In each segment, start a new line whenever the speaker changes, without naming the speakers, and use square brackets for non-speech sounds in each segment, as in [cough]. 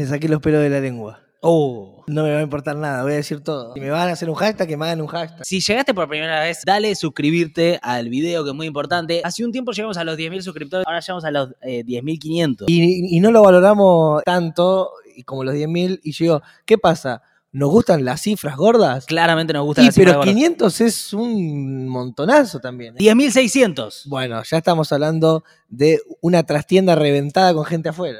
Me saqué los pelos de la lengua.
Oh.
No me va a importar nada, voy a decir todo. Si me van a hacer un hashtag, que me hagan un hashtag.
Si llegaste por primera vez, dale suscribirte al video, que es muy importante. Hace un tiempo llegamos a los 10.000 suscriptores, ahora llegamos a los eh, 10.500.
Y, y no lo valoramos tanto y como los 10.000. Y yo digo, ¿qué pasa? ¿Nos gustan las cifras gordas?
Claramente nos gusta
Y
la cifra
pero
de gordo.
500 es un montonazo también. ¿eh?
10.600.
Bueno, ya estamos hablando de una trastienda reventada con gente afuera.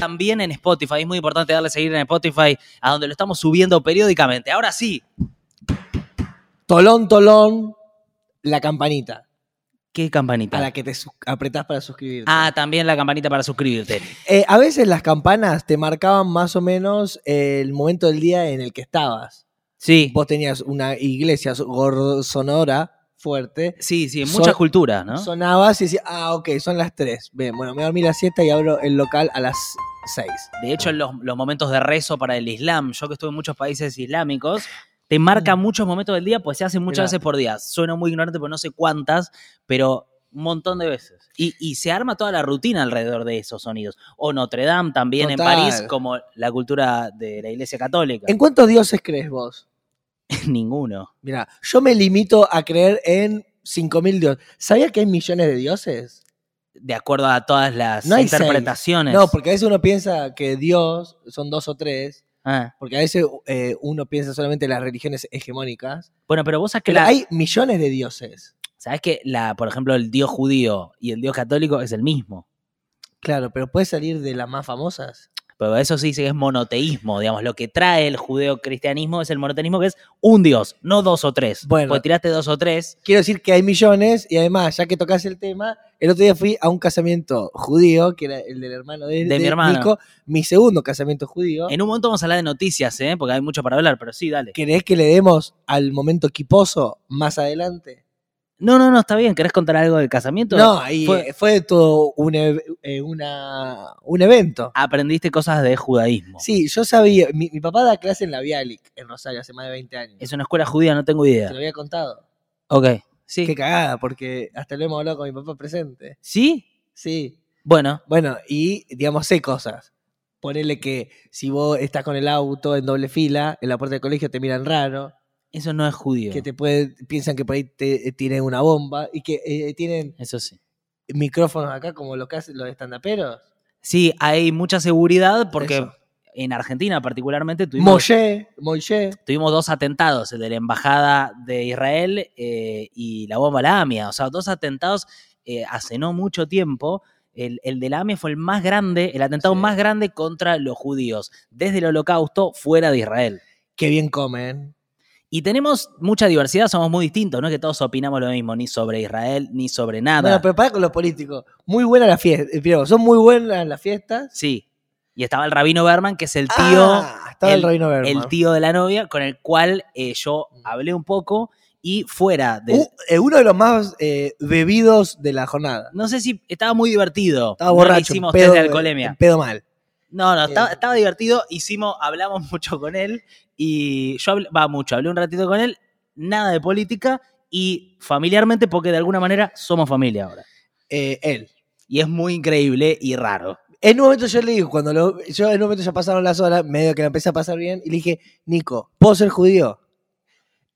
También en Spotify, es muy importante darle seguir en Spotify, a donde lo estamos subiendo periódicamente. Ahora sí,
Tolón, tolón, la campanita
¿qué campanita?
a la que te sus- apretás para suscribirte.
Ah, también la campanita para suscribirte.
Eh, a veces las campanas te marcaban más o menos el momento del día en el que estabas.
Sí,
Vos tenías una iglesia gor- sonora fuerte,
sí, sí, en
Sol-
muchas culturas, ¿no?
sonabas y decías, ah, ok, son las 3. Bien, bueno, me dormí la siesta y abro el local a las 6.
De hecho, en los, los momentos de rezo para el Islam, yo que estuve en muchos países islámicos,
Mm.
te marca muchos momentos del día, pues se hacen muchas
Mirá.
veces por día. Suena muy ignorante, pero no sé cuántas, pero un montón de veces. Y, y se arma toda la rutina alrededor de esos sonidos. O Notre Dame también
Total.
en París, como la cultura de la Iglesia Católica.
¿En cuántos dioses crees vos?
[laughs] Ninguno.
Mira, yo me limito a creer en 5.000 dioses. ¿Sabías que hay millones de dioses?
De acuerdo a todas las
No hay seis.
interpretaciones.
No, porque a veces uno piensa que Dios son dos o tres,
Ah.
porque a veces eh, uno piensa solamente en las religiones hegemónicas.
Bueno, pero vos sabés que
Pero
la-
hay millones de dioses.
sabés que la, por ejemplo, el dios judío y el dios católico es el mismo.
Claro, pero puede salir de las más famosas.
Pero eso sí, sí es monoteísmo, digamos. Lo que trae el judeocristianismo es el monoteísmo que es un dios, no dos o tres.
Bueno.
Porque tiraste dos o tres.
Quiero decir que hay millones y además, ya que tocas el tema, el otro día fui a un casamiento judío, que era el del hermano de,
De mi hermano.
Nico, mi segundo casamiento judío.
En un momento vamos a hablar de noticias, ¿eh? Porque hay mucho para hablar, pero sí, dale.
¿Querés que le demos al momento quiposo más adelante?
No, no, no, está bien. ¿Querés contar algo del casamiento?
No, ahí eh,
fue-
fue, todo un, ev- eh, una- un evento.
Ah. Aprendiste cosas de judaísmo.
Sí, yo sabía, mi, mi papá da clase en la Bialik, en Rosario, hace más de 20 años.
Es una escuela judía, no tengo
Te
idea.
lo había contado.
Ok. Sí.
Qué cagada, porque hasta lo hemos hablado con mi papá presente.
¿Sí?
Sí.
Bueno,
Bueno, y digamos, sé cosas. Ponele que si vos estás con el auto en doble fila, en la puerta del colegio te miran raro,
eso no es judío.
que te puede, piensan que por ahí te, eh, tienen una bomba y que eh, tienen
Eso sí.
micrófonos acá como los que hacen los estandaperos.
Sí, hay mucha seguridad porque
Eso.
en Argentina particularmente tuvimos...
Mollé, Mollé.
tuvimos dos atentados, el de la Embajada de Israel eh, y la bomba a la AMIA. O sea, dos atentados eh, hace no mucho tiempo. El, el de la AMIA fue el más grande, el atentado
Sí.
más grande contra los judíos, desde el holocausto fuera de Israel.
Qué bien comen.
Y tenemos mucha diversidad, somos muy distintos, no es que todos opinamos lo mismo, ni sobre Israel, ni sobre nada.
Bueno, pero pará con los políticos. Muy buena la fiesta. eh, son muy buenas las fiestas.
Sí. Y estaba el rabino Berman, que es el tío...
Ah, estaba el,
el-
reino Berman. Mm.
El tío de la novia, con el cual eh, yo hablé un poco y fuera de...
Uh, eh, uno de los más eh, bebidos de la jornada.
No sé si estaba muy divertido.
Estaba
No le
borracho.
hicimos
pedo,
test de
eh,
alcoholemia.
Pedo mal.
No, no, estaba,
eh.
estaba divertido. Hicimos, hablamos [laughs] mucho con él y yo hablé- va mucho, hablé un ratito con él, nada de política y familiarmente porque de alguna manera somos familia ahora.
Eh, él.
Y es muy increíble y raro.
En un momento yo le digo, cuando lo, yo en un momento ya pasaron las horas, medio que la empecé a pasar bien, y le dije, Nico, ¿puedo ser judío?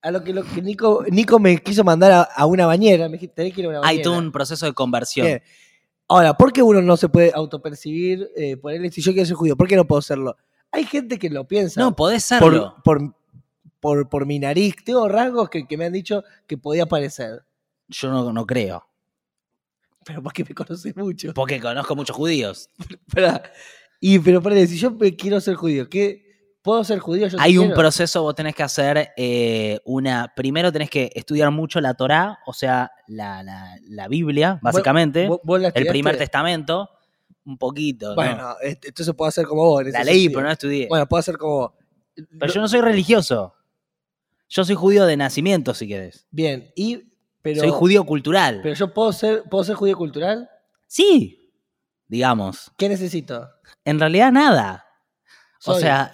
A lo que, lo que Nico, Nico me quiso mandar a, a una bañera, me dije, tenés que ir a una bañera.
Hay todo un proceso de conversión.
eh. Bien. Ahora, ¿por qué uno no se puede autopercibir eh, por él? Si yo quiero ser judío, ¿por qué no puedo serlo? Hay gente que lo piensa.
No, podés serlo.
por, por, por, por mi nariz. Tengo rasgos que, que me han dicho que podía parecer.
Yo no, no creo.
Pero porque me conoces mucho.
Porque conozco muchos judíos.
Pará. Y, pero pará, si yo me quiero ser judío, ¿qué? ¿Puedo ser judío? Yo te
Hay un
quiero?
proceso, vos tenés que hacer eh, una. Primero tenés que estudiar mucho la Torá, o sea, la, la- la Biblia, básicamente.
¿Vos- vos la
¿eh? el
estudiaste?
primer testamento, un poquito. ¿no?
Bueno, este, entonces puedo hacer como vos. en
la
ese
leí,
sentido.
pero no estudié.
Bueno, puedo hacer como vos.
pero yo no soy religioso. Yo soy judío de nacimiento, si querés.
Bien, y. Pero,
soy judío cultural.
Pero yo puedo ser, puedo ser judío cultural.
sí, digamos.
¿Qué necesito?
En realidad, nada. O [laughs]
Soy.
sea,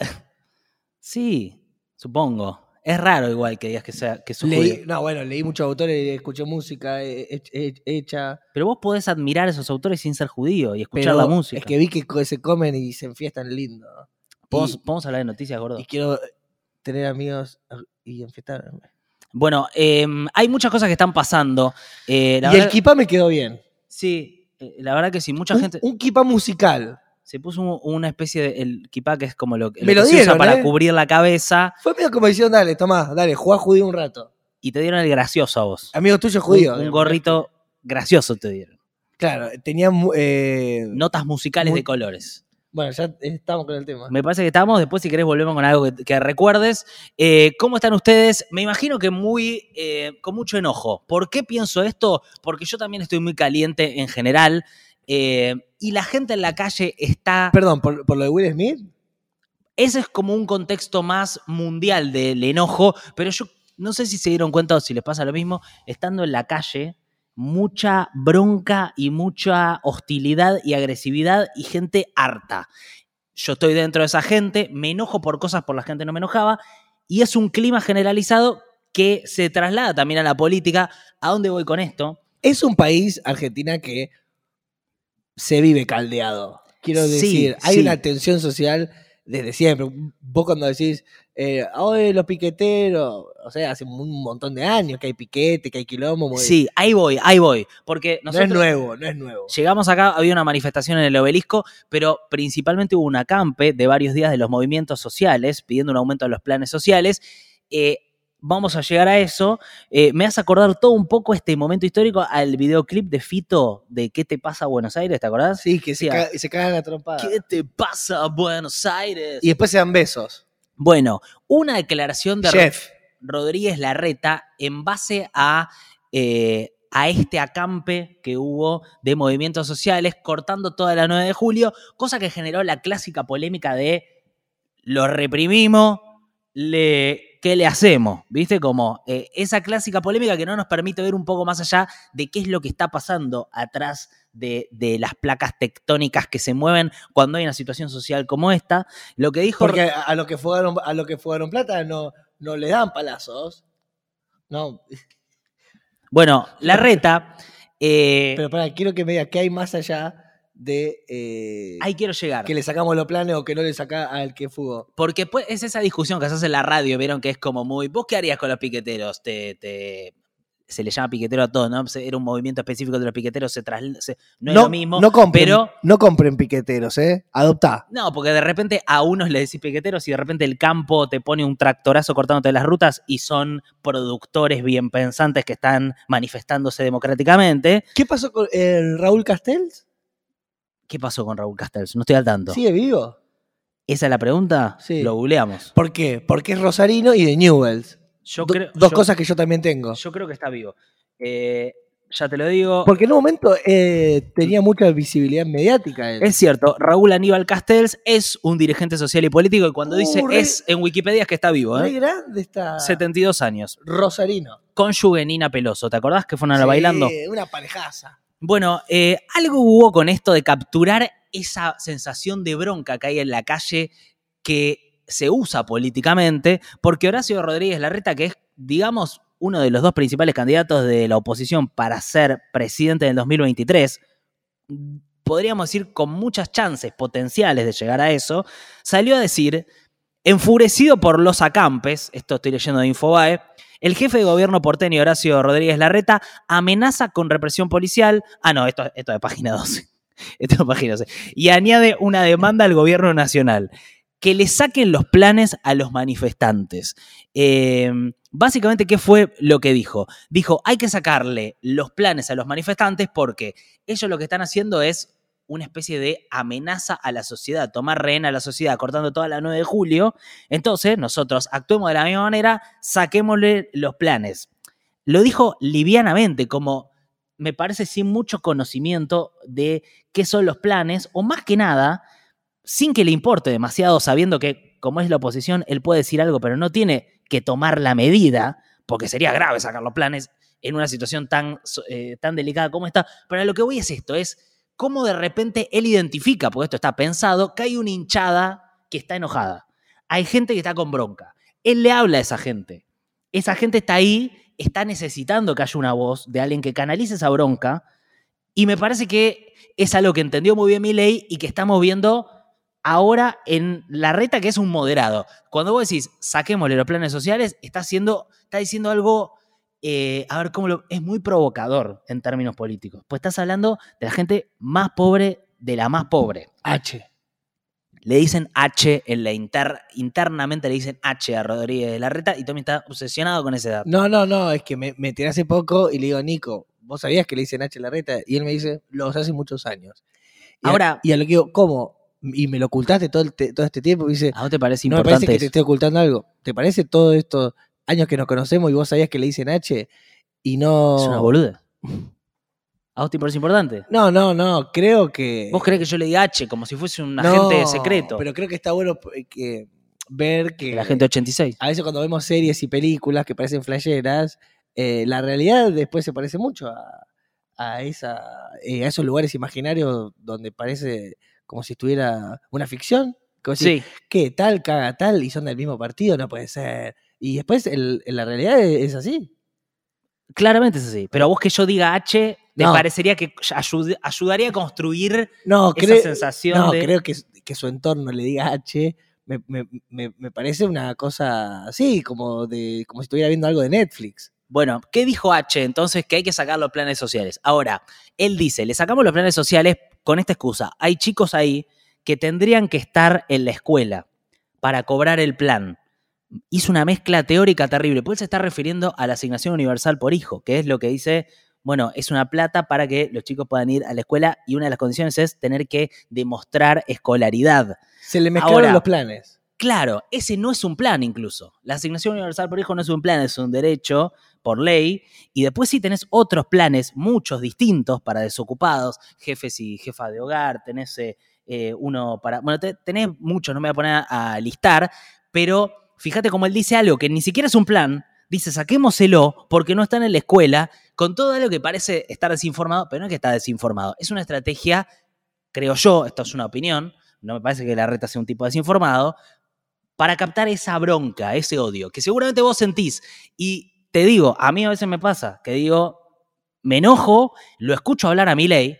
sí, supongo. Es raro igual que digas que, sea, que sos
Leí,
judío.
no, bueno, leí muchos autores, escuché música eh, eh, eh, hecha.
Pero vos podés admirar a esos autores sin ser judío y escuchar
pero
la música.
Es que vi que co- se comen y se enfiestan lindo.
¿Podemos,
Y-
podemos hablar de noticias, gordo.
Y quiero tener amigos ah, y enfiestarme.
Bueno, em, hay muchas cosas que están pasando. Eh,
Y
la
el
verdad,
kipá me quedó bien.
Sí, eh, la verdad que sí, mucha
un,
gente.
un kipá musical.
Se puso un- una especie de. El kipá, que es como lo, que-
Me
lo
lo
que se usa
dieron,
para
¿eh?
cubrir la cabeza.
Fue medio como diciendo, dale, Tomás, dale, jugá judío un rato.
Y te dieron el gracioso a vos.
Amigos tuyos
Un-
judíos.
Un,
digamos.
gorrito gracioso te dieron.
Claro, tenían... mu- eh,
Notas musicales
Muy-
de colores.
Bueno, ya estamos con el tema.
Me parece que estamos. Después, si querés, volvemos con algo que, que recuerdes. Eh, ¿Cómo están ustedes? Me imagino que muy eh, con mucho enojo. ¿Por qué pienso esto? Porque yo también estoy muy caliente en general. eh, y la gente en la calle está.
Perdón, ¿por, por lo de Will Smith?
Ese es como un contexto más mundial del enojo, pero yo no sé si se dieron cuenta o si les pasa lo mismo, estando en la calle, mucha bronca y mucha hostilidad y agresividad y gente harta. Yo estoy dentro de esa gente, me enojo por cosas por las que antes no me enojaba y es un clima generalizado que se traslada también a la política. ¿A dónde voy con esto?
Es un país, Argentina, que se vive caldeado. Quiero
Sí,
decir, hay
sí.
una tensión social desde siempre. Vos cuando decís, eh, "Ay, los piqueteros, o sea, hace un montón de años que hay piquete, que hay quilombo. muy-
Sí, ahí voy, ahí voy, porque
no
nosotros...
es nuevo, no es nuevo.
Llegamos acá, había una manifestación en el obelisco, pero principalmente hubo un acampe de varios días de los movimientos sociales, pidiendo un aumento a los planes sociales. Eh, vamos a llegar a eso. Eh, me hace acordar todo un poco este momento histórico al videoclip de Fito de ¿Qué te pasa Buenos Aires? ¿Te acordás?
Sí, que se,
Sí, ah.
ca- se cagan la trompada.
¿Qué te pasa Buenos Aires?
Y después se dan besos.
Bueno, una declaración de...
Chef.
Rodríguez Larreta en base a, eh, a este acampe que hubo de movimientos sociales cortando toda la 9 de julio, cosa que generó la clásica polémica de lo reprimimos, le, ¿qué le hacemos? ¿Viste? Como eh, esa clásica polémica que no nos permite ver un poco más allá de qué es lo que está pasando atrás de, de las placas tectónicas que se mueven cuando hay una situación social como esta. Lo que dijo...
Porque a, a los que fugaron, a los que fugaron plata no, no le dan palazos. No,
Bueno, Larreta... eh,
pero para, quiero que me diga qué hay más allá de eh,
Ahí quiero llegar.
que le sacamos los planes o que no le saca al que fugó.
Porque pues, es esa discusión que haces en la radio, vieron que es como muy. ¿Vos qué harías con los piqueteros? Te, te- Se le llama piquetero a todos, ¿no? Se- Era un movimiento específico de los piqueteros, se trasla- se- no, es lo mismo.
no compren,
pero-
no compren piqueteros, ¿eh? Adoptá.
No, porque de repente a unos le decís piqueteros y de repente el campo te pone un tractorazo cortándote las rutas y son productores bien pensantes que están manifestándose democráticamente.
¿Qué pasó con
eh,
el Raúl Castells?
¿Qué pasó con Raúl Castells? No estoy al tanto.
¿Sigue vivo?
¿Esa es la pregunta?
Sí.
Lo googleamos.
¿Por qué? Porque es rosarino y de Newells.
Yo
Do-
creo,
dos
yo-
cosas que yo también tengo.
Yo creo que está vivo. Eh, ya te lo digo.
Porque en un momento eh, tenía mucha visibilidad mediática. él.
Es cierto, Raúl Aníbal Castells es un dirigente social y político y cuando
Uh,
dice
re-
es en Wikipedia es que está vivo,
Re
¿eh?
grande está
72 años.
Rosarino.
Cónyuge Nina Peloso, ¿te acordás que fueron a la
Sí,
bailando?
Una parejaza.
Bueno, eh, algo hubo con esto de capturar esa sensación de bronca que hay en la calle que se usa políticamente, porque Horacio Rodríguez Larreta, que es, digamos, uno de los dos principales candidatos de la oposición para ser presidente del 2023, podríamos decir con muchas chances potenciales de llegar a eso, salió a decir, enfurecido por los acampes, esto estoy leyendo de Infobae, el jefe de gobierno porteño Horacio Rodríguez Larreta amenaza con represión policial. Ah, no, esto, esto de página 12. [laughs] Esto es página 12. Y añade una demanda al gobierno nacional. Que le saquen los planes a los manifestantes. Eh, básicamente, ¿qué fue lo que dijo? Dijo, hay que sacarle los planes a los manifestantes porque ellos lo que están haciendo es una especie de amenaza a la sociedad, tomar rehén a la sociedad, cortando toda la 9 de julio. Entonces, nosotros actuemos de la misma manera, saquémosle los planes. Lo dijo livianamente, como me parece sin mucho conocimiento de qué son los planes, o más que nada, sin que le importe demasiado, sabiendo que, como es la oposición, él puede decir algo, pero no tiene que tomar la medida, porque sería grave sacar los planes en una situación tan, so- eh, tan delicada como esta. Pero a lo que voy es esto, es cómo de repente él identifica, porque esto está pensado, que hay una hinchada que está enojada. Hay gente que está con bronca. Él le habla a esa gente. Esa gente está ahí, está necesitando que haya una voz de alguien que canalice esa bronca. Y me parece que es algo que entendió muy bien Milei y que estamos viendo ahora en la reta que es un moderado. Cuando vos decís, saquémosle los planes sociales, está, haciendo, está diciendo algo, eh, a ver cómo lo... Es muy provocador en términos políticos. Pues estás hablando de la gente más pobre de la más pobre.
H.
Le dicen H en la inter- internamente le dicen H a Rodríguez de la Reta y Tommy está obsesionado con esa edad.
No, no, no, es que me, me tiré hace poco y le digo, Nico, ¿vos sabías que le dicen H Larreta? Y él me dice, los hace muchos años. Y a-
Ahora-
y a lo que digo, ¿cómo? Y me lo ocultaste todo, el te- todo este tiempo. Y dice,
¿A vos te parece
no me
importante?
parece que te
eso?
estoy ocultando algo. ¿Te parece todos estos años que nos conocemos y vos sabías que le dicen H? Y no.
Es una boluda. ¿A vos te parece importante?
No, no, no, creo que.
¿Vos crees que yo le diga H como si fuese un
No,
agente secreto?
Pero creo que está bueno eh, que, ver que.
El agente 86.
A veces cuando vemos series y películas que parecen flasheras, eh, la realidad después se parece mucho a, a esa, eh, a esos lugares imaginarios donde parece como si estuviera una ficción. Que vos decís,
Sí.
¿Qué tal, caga tal? Y son del mismo partido, no puede ser. Y después el- la realidad es, es así.
claramente es así. Pero a vos que yo diga H, me
No.
parecería que ayud- ayudaría a construir
No,
esa
creo,
sensación
no,
de...
creo que, que su entorno le diga H. Me, me- me- me parece una cosa así, como, de, como si estuviera viendo algo de Netflix.
Bueno, ¿qué dijo H entonces? Que hay que sacar los planes sociales. Ahora, él dice, le sacamos los planes sociales con esta excusa. Hay chicos ahí que tendrían que estar en la escuela para cobrar el plan. Hizo una mezcla teórica terrible, pues él se está refiriendo a la asignación universal por hijo, que es lo que dice, bueno, es una plata para que los chicos puedan ir a la escuela y una de las condiciones es tener que demostrar escolaridad.
Se le mezclaron
Ahora-
los planes.
Claro, ese no es un plan incluso. La asignación universal por hijo no es un plan, es un derecho por ley. Y después sí tenés otros planes, muchos distintos para desocupados, jefes y jefas de hogar, tenés eh, eh, uno para... Bueno, te- tenés muchos, no me voy a poner a, a listar, pero fíjate como él dice algo que ni siquiera es un plan, dice saquémoselo porque no están en la escuela, con todo lo que parece estar desinformado, pero no es que está desinformado, es una estrategia, creo yo, esto es una opinión, no me parece que la reta sea un tipo desinformado, para captar esa bronca, ese odio, que seguramente vos sentís. Y te digo, a mí a veces me pasa, que digo, me enojo, lo escucho hablar a Milei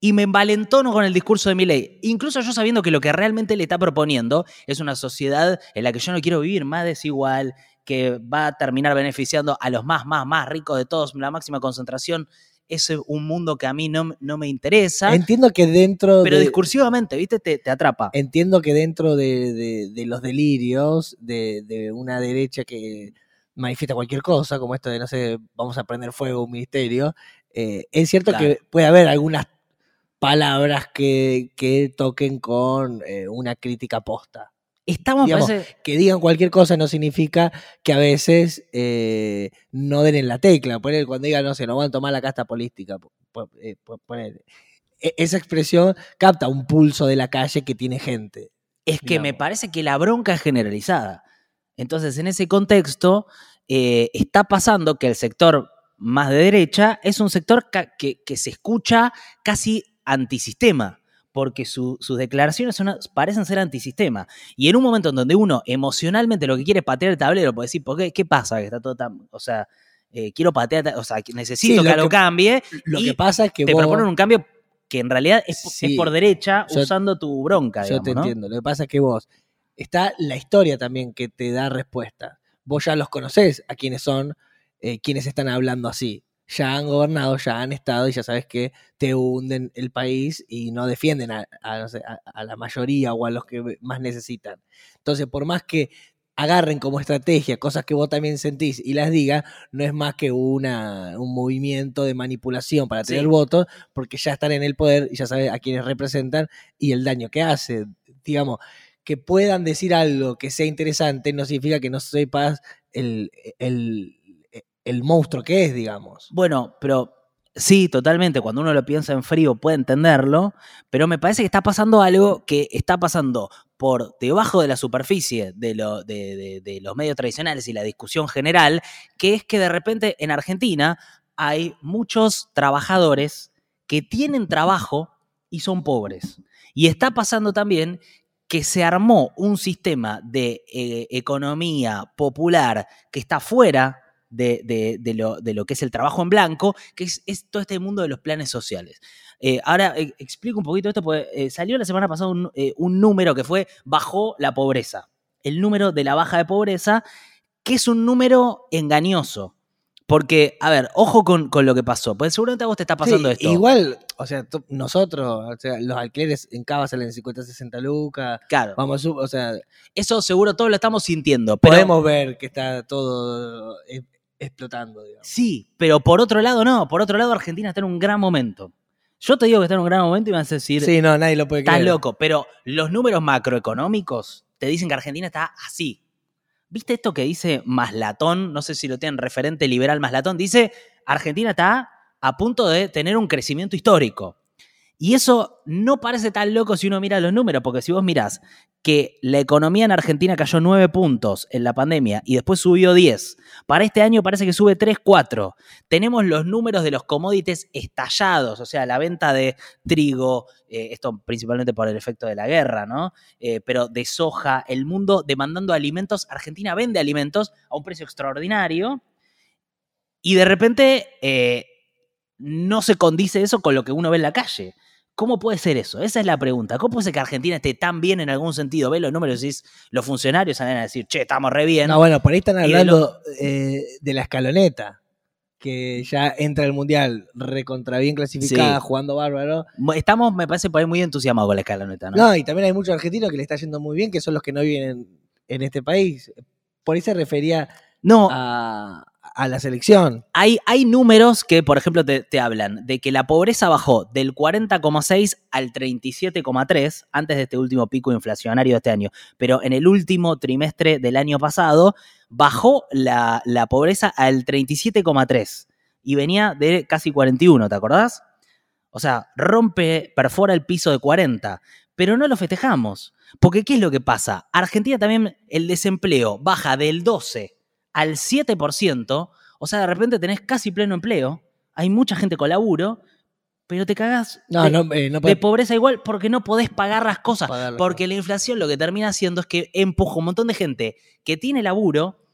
y me envalentono con el discurso de Milei. Incluso yo sabiendo que lo que realmente le está proponiendo es una sociedad en la que yo no quiero vivir más desigual, que va a terminar beneficiando a los más, más, más ricos de todos, la máxima concentración. Es un mundo que a mí no, no me interesa,
Entiendo que dentro
pero
de- Eh,
discursivamente, ¿viste? Te, te atrapa.
entiendo que dentro de, de- de los delirios de, de una derecha que manifiesta cualquier cosa, como esto de, no sé, vamos a prender fuego a un ministerio, eh, es cierto que puede haber algunas palabras que, que toquen con eh, una crítica posta.
Estamos,
Digamos,
parece-
Que digan cualquier cosa no significa que a veces eh, no den en la tecla. Por cuando digan, no sé, no van a tomar la casta política. po- po- eh, po- ponele. E- Esa expresión capta un pulso de la calle que tiene gente.
Es que me
digamos.
parece que la bronca es generalizada. Entonces, en ese contexto, eh, está pasando que el sector más de derecha es un sector ca- que, que se escucha casi antisistema, porque su- sus declaraciones son- parecen ser antisistema. Y en un momento en donde uno emocionalmente lo que quiere es patear el tablero, puede decir, ¿por qué? ¿Qué pasa? Que está todo tan. O sea, eh, quiero patear, ta- o sea, que necesito
Sí, lo
que algo
que-
cambie.
Lo
y
que pasa es que
te
vos-
proponen un cambio que en realidad es, po- es
Sí.
por derecha,
Yo-
usando tu bronca.
yo
Digamos,
te
¿no?
entiendo. Lo que pasa es que vos está la historia también que te da respuesta. Vos ya los conocés a quienes son, eh, quienes están hablando así. Ya han gobernado, ya han estado y ya sabes que te hunden el país y no defienden a, a, no sé, a- a la mayoría o a los que más necesitan. Entonces, por más que agarren como estrategia cosas que vos también sentís y las digas, no es más que una, un movimiento de manipulación para tener
Sí.
votos, porque ya están en el poder y ya sabes a quienes representan y el daño que hace. Digamos, que puedan decir algo que sea interesante no significa que no sepas el, el, el monstruo que es, digamos.
Bueno, pero sí, totalmente, cuando uno lo piensa en frío puede entenderlo, pero me parece que está pasando algo que está pasando por debajo de la superficie de, lo- de- de- de los medios tradicionales y la discusión general, que es que de repente en Argentina hay muchos trabajadores que tienen trabajo y son pobres. Y está pasando también que se armó un sistema de eh, economía popular que está fuera de, de- de lo, de lo que es el trabajo en blanco, que es, es todo este mundo de los planes sociales. Eh, ahora eh, explico un poquito esto, porque eh, salió la semana pasada un, eh, un número que fue bajó la pobreza, el número de la baja de pobreza, que es un número engañoso. Porque, a ver, ojo con, con lo que pasó, porque seguramente a vos te está pasando
Sí,
esto.
Igual, o sea, to- nosotros, o sea, los alquileres en Cava salen 50, 60 lucas.
Claro,
Vamos, sub- o sea,
eso seguro todos lo estamos sintiendo. Pero,
podemos ver que está todo eh, explotando, digamos.
Sí, pero por otro lado no. Por otro lado, Argentina está en un gran momento. Yo te digo que está en un gran momento y me vas a decir,
Sí, eh, no, nadie lo puede creer.
estás loco. Pero los números macroeconómicos te dicen que Argentina está así. ¿Viste esto que dice Maslatón? No sé si lo tienen referente liberal Maslatón. Dice, Argentina está a punto de tener un crecimiento histórico. Y eso no parece tan loco si uno mira los números, porque si vos mirás que la economía en Argentina cayó 9 puntos en la pandemia y después subió 10, para este año parece que sube 3, 4. Tenemos los números de los commodities estallados, o sea, la venta de trigo, eh, esto principalmente por el efecto de la guerra, ¿no? Eh, pero de soja, el mundo demandando alimentos, Argentina vende alimentos a un precio extraordinario y de repente eh, no se condice eso con lo que uno ve en la calle. ¿Cómo puede ser eso? Esa es la pregunta. ¿Cómo puede ser que Argentina esté tan bien en algún sentido? Ve los números y decís, los funcionarios salen a decir, che, estamos re bien.
No, bueno, por ahí están
Y de
hablando eh, de la escaloneta, que ya entra al mundial recontra bien clasificada,
Sí.
jugando bárbaro.
Mo- Estamos, me parece, por ahí muy entusiasmados con la escaloneta, ¿no?
No, y también hay muchos argentinos que le está yendo muy bien, que son los que no viven en, en este país. Por ahí se refería
No,
a, a la selección.
hay, hay números que, por ejemplo, te, te hablan de que la pobreza bajó del 40,6 al 37,3 antes de este último pico inflacionario de este año. Pero en el último trimestre del año pasado bajó la, la pobreza al 37,3 y venía de casi 41, ¿te acordás? O sea, rompe, perfora el piso de 40, pero no lo festejamos. Porque ¿qué es lo que pasa? Argentina también el desempleo baja del 12 al 7%, o sea, de repente tenés casi pleno empleo, hay mucha gente con laburo, pero te cagás
No,
de,
no, eh, no
de
podés
pobreza igual porque no podés pagar las cosas.
pagar las
Porque la inflación lo que termina haciendo es que empuja un montón de gente que tiene laburo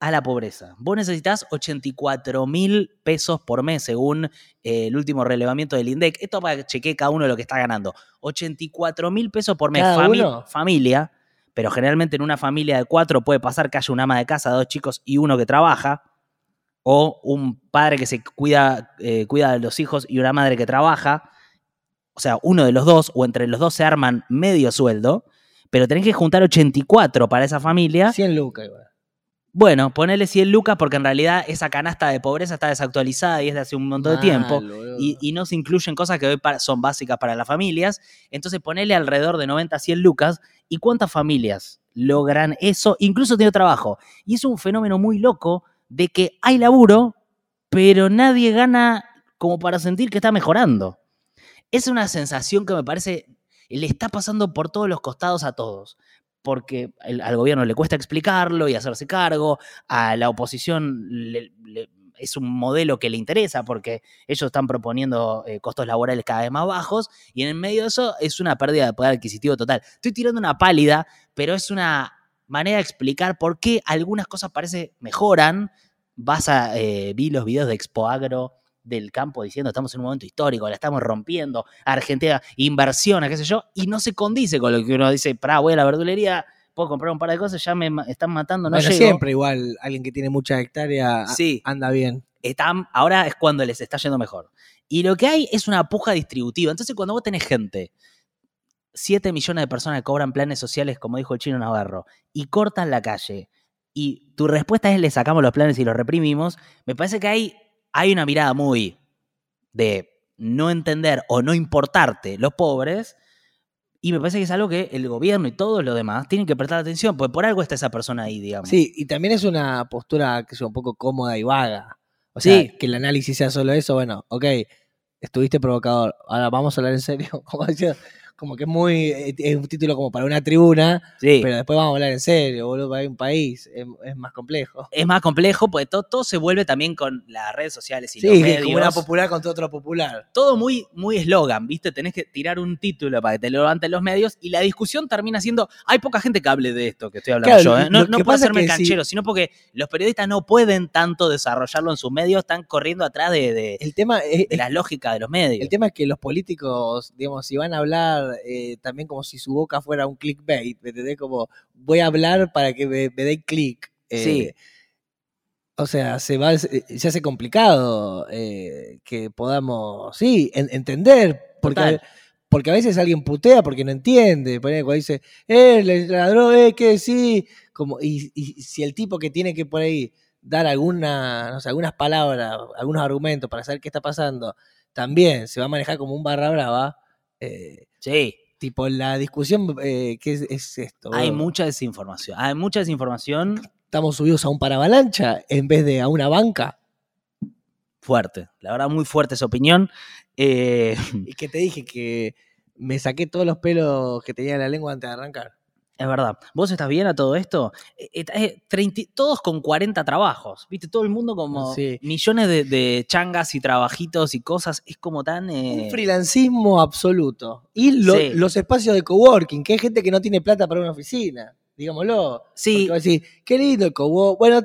a la pobreza. Vos necesitas 84 mil pesos por mes, según eh, el último relevamiento del INDEC. Esto para que chequee cada uno lo que está ganando. 84 mil pesos por mes,
¿Cada
Fami-
uno?
familia. Pero generalmente en una familia de cuatro puede pasar que haya una ama de casa, dos chicos y uno que trabaja. O un padre que se cuida, eh, cuida de los hijos y una madre que trabaja o sea, uno de los dos, o entre los dos se arman medio sueldo, pero tenés que juntar 84 para esa familia.
cosas. 100 lucas. igual.
Bueno, ponele 100 lucas porque en realidad esa canasta de pobreza está desactualizada y es de hace un montón de tiempo.
Mal, Ah, boludo.
Y, y no se incluyen cosas que hoy pa- son básicas para las familias. Entonces ponele alrededor de 90 a 100 lucas. ¿Y cuántas familias logran eso? Incluso tiene trabajo. Y es un fenómeno muy loco de que hay laburo, pero nadie gana como para sentir que está mejorando. Es una sensación que me parece le está pasando por todos los costados a todos. Porque el- al gobierno le cuesta explicarlo y hacerse cargo, a la oposición le- le- es un modelo que le interesa porque ellos están proponiendo eh, costos laborales cada vez más bajos y en el medio de eso es una pérdida de poder adquisitivo total. Estoy tirando una pálida, pero es una manera de explicar por qué algunas cosas parece mejoran. Vas a, eh, vi los videos de Expoagro del campo diciendo estamos en un momento histórico, la estamos rompiendo, Argentina, inversiones, qué sé yo, y no se condice con lo que uno dice, para, voy a la verdulería, puedo comprar un par de cosas, ya me ma- están matando, no
Bueno,
llego".
siempre igual, alguien que tiene mucha hectárea a-
Sí,
anda bien.
están- ahora es cuando les está yendo mejor. Y lo que hay es una puja distributiva. Entonces, cuando vos tenés gente, 7 millones de personas que cobran planes sociales, como dijo el chino Navarro, y cortan la calle, y tu respuesta es le sacamos los planes y los reprimimos, me parece que hay, hay una mirada muy de no entender o no importarte los pobres. Y me parece que es algo que el gobierno y todos los demás tienen que prestar atención, porque por algo está esa persona ahí, digamos.
Sí, y también es una postura que es un poco cómoda y vaga. O sea,
Sí.
que el análisis sea solo eso, bueno, ok, estuviste provocador, ahora vamos a hablar en serio. [laughs] Como, decía- como como que es muy. eh, Es un título como para una tribuna,
Sí.
pero después vamos a hablar en serio, boludo, para un país. Es, es más complejo.
es más complejo porque to- todo, se vuelve también con las redes sociales y
Sí,
los
que como una
medios.
popular contra otra popular.
todo muy muy eslogan, ¿viste? Tenés que tirar un título para que te lo levanten los medios y la discusión termina siendo, hay poca gente que hable de esto que estoy hablando
Claro,
yo,
lo
¿eh? No,
que
no puedo
pasa es
hacerme
que
el canchero, sino porque los periodistas no pueden tanto desarrollarlo en sus medios, están corriendo atrás de, de-
El tema es,
de las lógicas de los medios.
El tema es que los políticos, digamos, si van a hablar eh, también como si su boca fuera un clickbait, ¿me entendés? Como voy a hablar para que me, me den click. eh,
Sí.
O sea, se, va, se eh, se hace complicado eh, que podamos, sí, en- entender. Porque,
Total.
porque a veces alguien putea porque no entiende. Por ejemplo, cuando dice, eh, el ladrón, eh, que sí. Como, y, y si el tipo que tiene que por ahí dar alguna, no sé, algunas palabras, algunos argumentos para saber qué está pasando, también se va a manejar como un barra brava. eh,
Sí.
tipo, la discusión, eh, ¿qué es, es esto?
Hay
boludo?
mucha desinformación. Hay mucha desinformación
Estamos subidos a un paravalancha en vez de a una banca.
fuerte. La verdad, muy fuerte esa opinión. Eh,
Y que te dije que me saqué todos los pelos que tenía en la lengua antes de arrancar.
Es verdad. ¿Vos estás bien a todo esto? Eh, eh, eh, 30 todos con 40 trabajos, ¿viste? Todo el mundo como
Sí.
millones de, de changas y trabajitos y cosas. Es como tan... eh,
Un freelancismo absoluto. Y lo-
Sí.
los espacios de coworking, que hay gente que no tiene plata para una oficina, digámoslo.
Sí,
Porque va a decir, qué lindo el coworking. Bueno,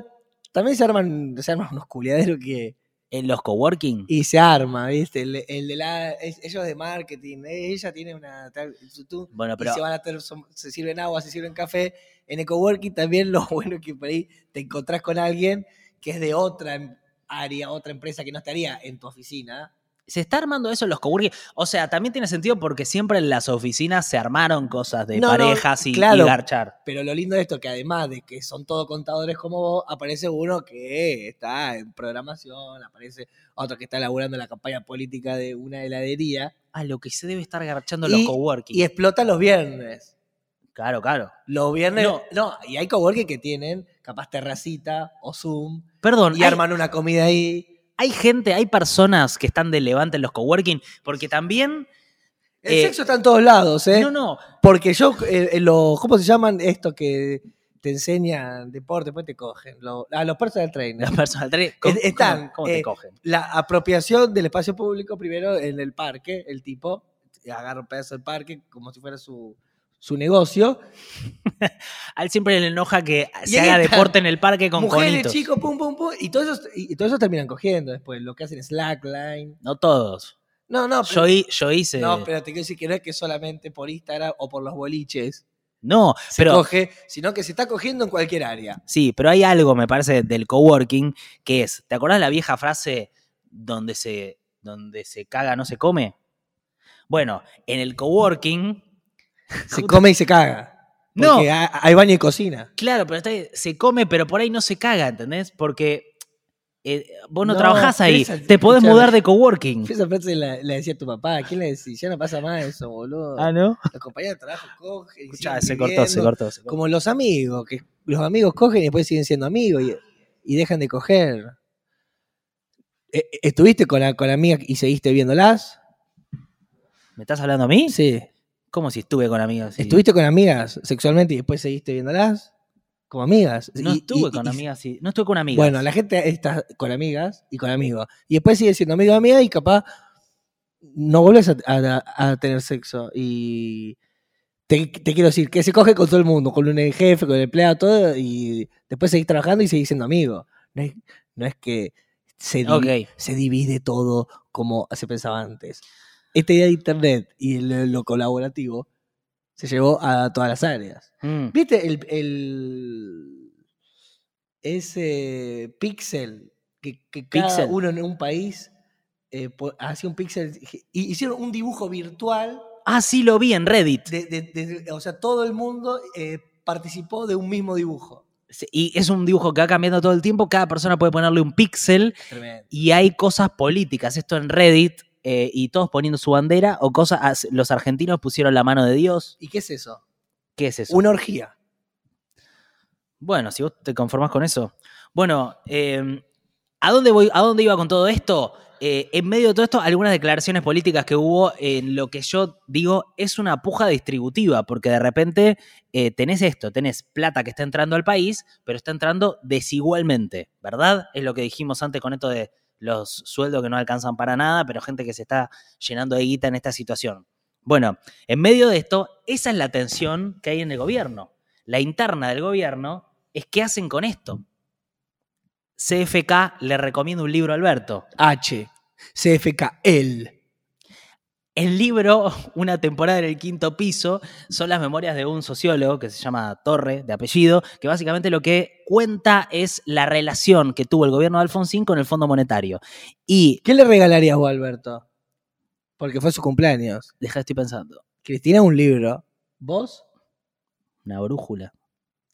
también se arman, se arman unos culiaderos que...
en los coworking.
Y se arma, ¿viste? El, de- el de la, es- ellos de marketing, eh, ella tiene una... tal- tú- tú- y
Bueno, Ah, pero
se van a tener, son- se sirven agua, se sirven café. En el coworking también [laughs] lo bueno es que por ahí te encontrás con alguien que es de otra em- área, otra empresa que no estaría en tu oficina.
se está armando eso en los coworking. O sea, también tiene sentido porque siempre en las oficinas se armaron cosas de
No, no,
parejas y, y
claro.
garchar.
Pero lo lindo de esto es que además de que son todos contadores como vos, aparece uno que está en programación, aparece otro que está elaborando la campaña política de una heladería
A lo que se debe estar garchando en los
Y-
coworking.
y explota los viernes.
Claro, claro.
Los viernes,
No.
no, y hay coworking que tienen capaz terracita o Zoom
Perdón,
y
hay-
arman una comida ahí.
hay gente, hay personas que están de levante en los coworking porque también...
El
Eh,
sexo está en todos lados, ¿eh?
No, no,
Porque yo, eh, eh, los, ¿cómo se llaman esto que te enseñan deporte, después te cogen? Lo- a los personal trainers.
Los personal trainers, ¿cómo,
[laughs] Es- están,
cómo- cómo te
eh,
cogen?
La apropiación del espacio público primero en el parque, el tipo agarra un pedazo del parque como si fuera su, su negocio.
A él siempre le enoja que
Y
se
ahí
haga
está.
deporte en el parque con
Mujeres,
conitos.
chicos, pum, pum, pum. Y todos, esos, y, y todos esos terminan cogiendo después. Lo que hacen es slackline.
No todos.
No, no,
Yo, hi- yo hice.
No, pero te quiero decir que no es que solamente por Instagram o por los boliches
No,
se
pero
coge, sino que se está cogiendo en cualquier
[laughs]
área.
sí, pero hay algo, me parece, del coworking que es. ¿Te acordás la vieja frase donde se, donde se caga, no se come? Bueno, en el coworking.
Se come y se caga.
No.
Porque ha- hay baño y cocina.
Claro, pero está- se come, pero por ahí no se caga, ¿entendés? Porque eh, vos no,
No,
trabajás ahí.
esa-
Te podés
escuchame.
mudar de coworking.
Esa frase la, la decía tu papá. ¿Quién la decía? Ya no pasa más eso, boludo.
Ah, ¿no?
[laughs] Los compañeros de trabajo cogen. y
Escuchá,
siguen
se cortó, se
viviendo.
cortó, se cortó.
Como los amigos, que los amigos cogen y después siguen siendo amigos y, y dejan de coger. Eh, eh, ¿Estuviste con la, con la amiga y seguiste viéndolas?
¿Me estás hablando a mí?
Sí.
¿Cómo si estuve con amigos? y-
¿Estuviste con amigas sexualmente y después seguiste viéndolas? Como amigas.
No
Y- y-
estuve
y-
con
y-
amigas, sí. No estuve con amigas.
Bueno, la gente está con amigas y con amigos. Y después sigue siendo amigo de amiga y capaz no volvés a, a- a tener sexo. Y te, te quiero decir, que se coge con todo el mundo, con un jefe, con el empleado, todo, y después seguís trabajando y seguís siendo amigo. No es, no es que se, di-
Ok.
se divide todo como se pensaba antes. Esta idea de internet y lo- lo colaborativo se llevó a todas las áreas.
Mm.
¿Viste el, el- ese pixel que, que cada
Pixel.
uno en un país eh, po- hacía un pixel? hi- Hicieron un dibujo virtual,
Ah, sí, lo vi en Reddit.
de, de- de- o sea, todo el mundo eh, participó de un mismo dibujo.
Sí, Y es un dibujo que va cambiando todo el tiempo. Cada persona puede ponerle un píxel
Tremendo.
y hay cosas políticas. Esto en Reddit eh, y todos poniendo su bandera o cosas. ah, Los argentinos pusieron la mano de Dios.
¿Y qué es eso?
¿Qué es eso?
Una orgía.
Bueno, si vos te conformás con eso. Bueno, eh, ¿a, dónde voy, ¿a dónde iba con todo esto? eh, en medio de todo esto, algunas declaraciones políticas que hubo en lo que yo digo es una puja distributiva, porque de repente eh, tenés esto, tenés plata que está entrando al país, pero está entrando desigualmente, ¿verdad? Es lo que dijimos antes con esto de los sueldos que no alcanzan para nada, pero gente que se está llenando de guita en esta situación. Bueno, en medio de esto, esa es la tensión que hay en el gobierno. La interna del gobierno es qué hacen con esto. CFK le recomienda un libro a Alberto.
H. CFK, él.
El libro, [laughs] una temporada en el quinto piso, son las memorias de un sociólogo que se llama Torre, de apellido, que básicamente lo que cuenta es la relación que tuvo el gobierno de Alfonsín con el Fondo Monetario. Y,
¿Qué le regalarías vos, Alberto? Porque fue su cumpleaños.
deja, estoy pensando,
Cristina un libro. ¿Vos?
una brújula.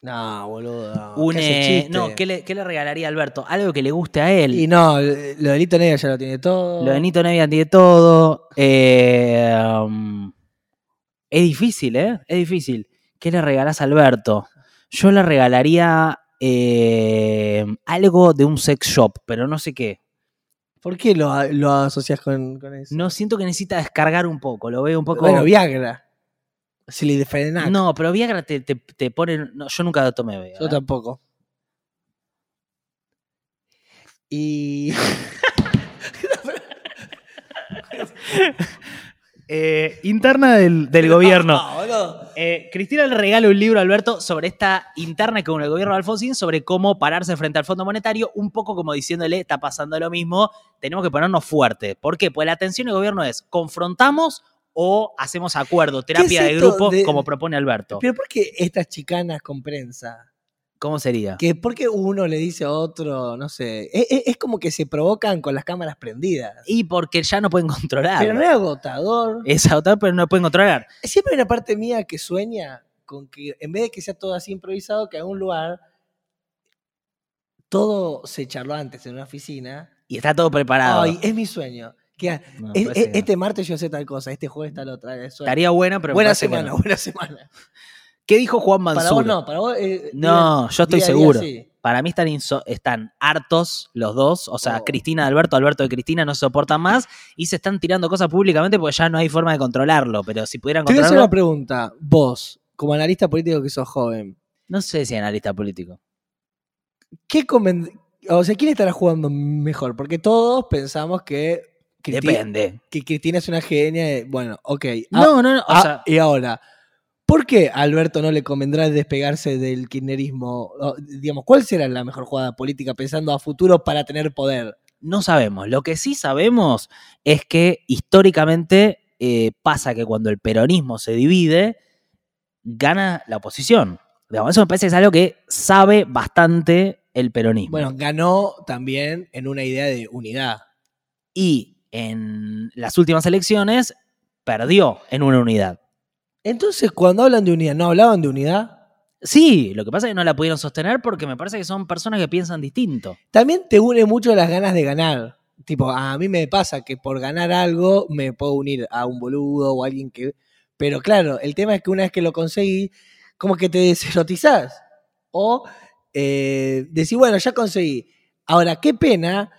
No, boludo.
Un,
¿qué hace
eh,
chiste?
no, ¿qué le, qué le regalaría a Alberto? Algo que le guste a él.
Y no, eh, lo de Lito Negro ya lo tiene todo.
Lo de Nito Nevia tiene todo. eh, um, es difícil, ¿eh? Es difícil. ¿Qué le regalás a Alberto? Yo le regalaría eh, algo de un sex shop, pero no sé qué.
¿Por qué lo, lo asocias con, con eso?
No siento que necesita descargar un poco, lo veo un poco.
Bueno, Viagra. Si le diferenas.
no, pero Viagra te, te, te pone. no, yo nunca tomé Viagra.
Yo tampoco. Y. [laughs]
Eh, interna del, del [laughs] gobierno.
Ah, boludo.
Eh, Cristina le regala un libro a Alberto sobre esta interna que hubo en el gobierno de Alfonsín sobre cómo pararse frente al Fondo Monetario, un poco como diciéndole, está pasando lo mismo, tenemos que ponernos fuerte. ¿Por qué? Pues la atención del gobierno es, confrontamos o hacemos acuerdo, terapia
es
de
esto
grupo,
de-
como propone Alberto.
Pero ¿por qué estas chicanas con prensa?
¿Cómo sería?
Que ¿Por qué uno le dice a otro, no sé? Es, es- es como que se provocan con las cámaras prendidas.
Y porque ya no pueden controlar.
Pero no es agotador.
Es agotador, pero no pueden controlar.
Siempre hay una parte mía que sueña con que en vez de que sea todo así improvisado, que en un lugar todo se charló antes en una oficina.
Y está todo preparado.
Ay, es mi sueño. Que, ah,
No,
es-
parece
es-
que no.
este martes yo sé tal cosa, este jueves tal otra. es sueño.
Estaría bueno, pero me
buena
parece que
semana,
no.
buena
[laughs]
semana.
¿Qué dijo Juan Mansur?
Para vos no, para vos. eh,
No,
día-
yo estoy
día a día
seguro.
sí.
Para mí están, inso- están hartos los dos, o sea,
Oh.
Cristina de Alberto, Alberto de Cristina no se soportan más y se están tirando cosas públicamente porque ya no hay forma de controlarlo, pero si pudieran
Te voy a hacer una
controlarlo,
pregunta. Vos, como analista político que sos joven,
no sé si analista político.
¿qué comen- O sea, ¿quién estará jugando mejor? Porque todos pensamos que. Cristi-
Depende.
Que Cristina es una genia. eh, Bueno, ok. Ah,
No, no, no, o
ah,
sea,
y ahora, ¿por qué a Alberto no le convendrá despegarse del kirchnerismo? O, digamos, ¿cuál será la mejor jugada política pensando a futuro para tener poder?
no sabemos. Lo que sí sabemos es que históricamente eh, pasa que cuando el peronismo se divide, gana la oposición. Digamos, eso me parece que es algo que sabe bastante el peronismo.
Bueno, ganó también en una idea de unidad.
y en las últimas elecciones perdió en una unidad.
Entonces, cuando hablan de unidad, ¿no hablaban de unidad?
Sí, lo que pasa es que no la pudieron sostener porque me parece que son personas que piensan distinto.
También te une mucho las ganas de ganar. Tipo, a mí me pasa que por ganar algo me puedo unir a un boludo o a alguien que. Pero claro, el tema es que una vez que lo conseguí, como que te deserotizás. O eh, decís, bueno, ya conseguí. Ahora, qué pena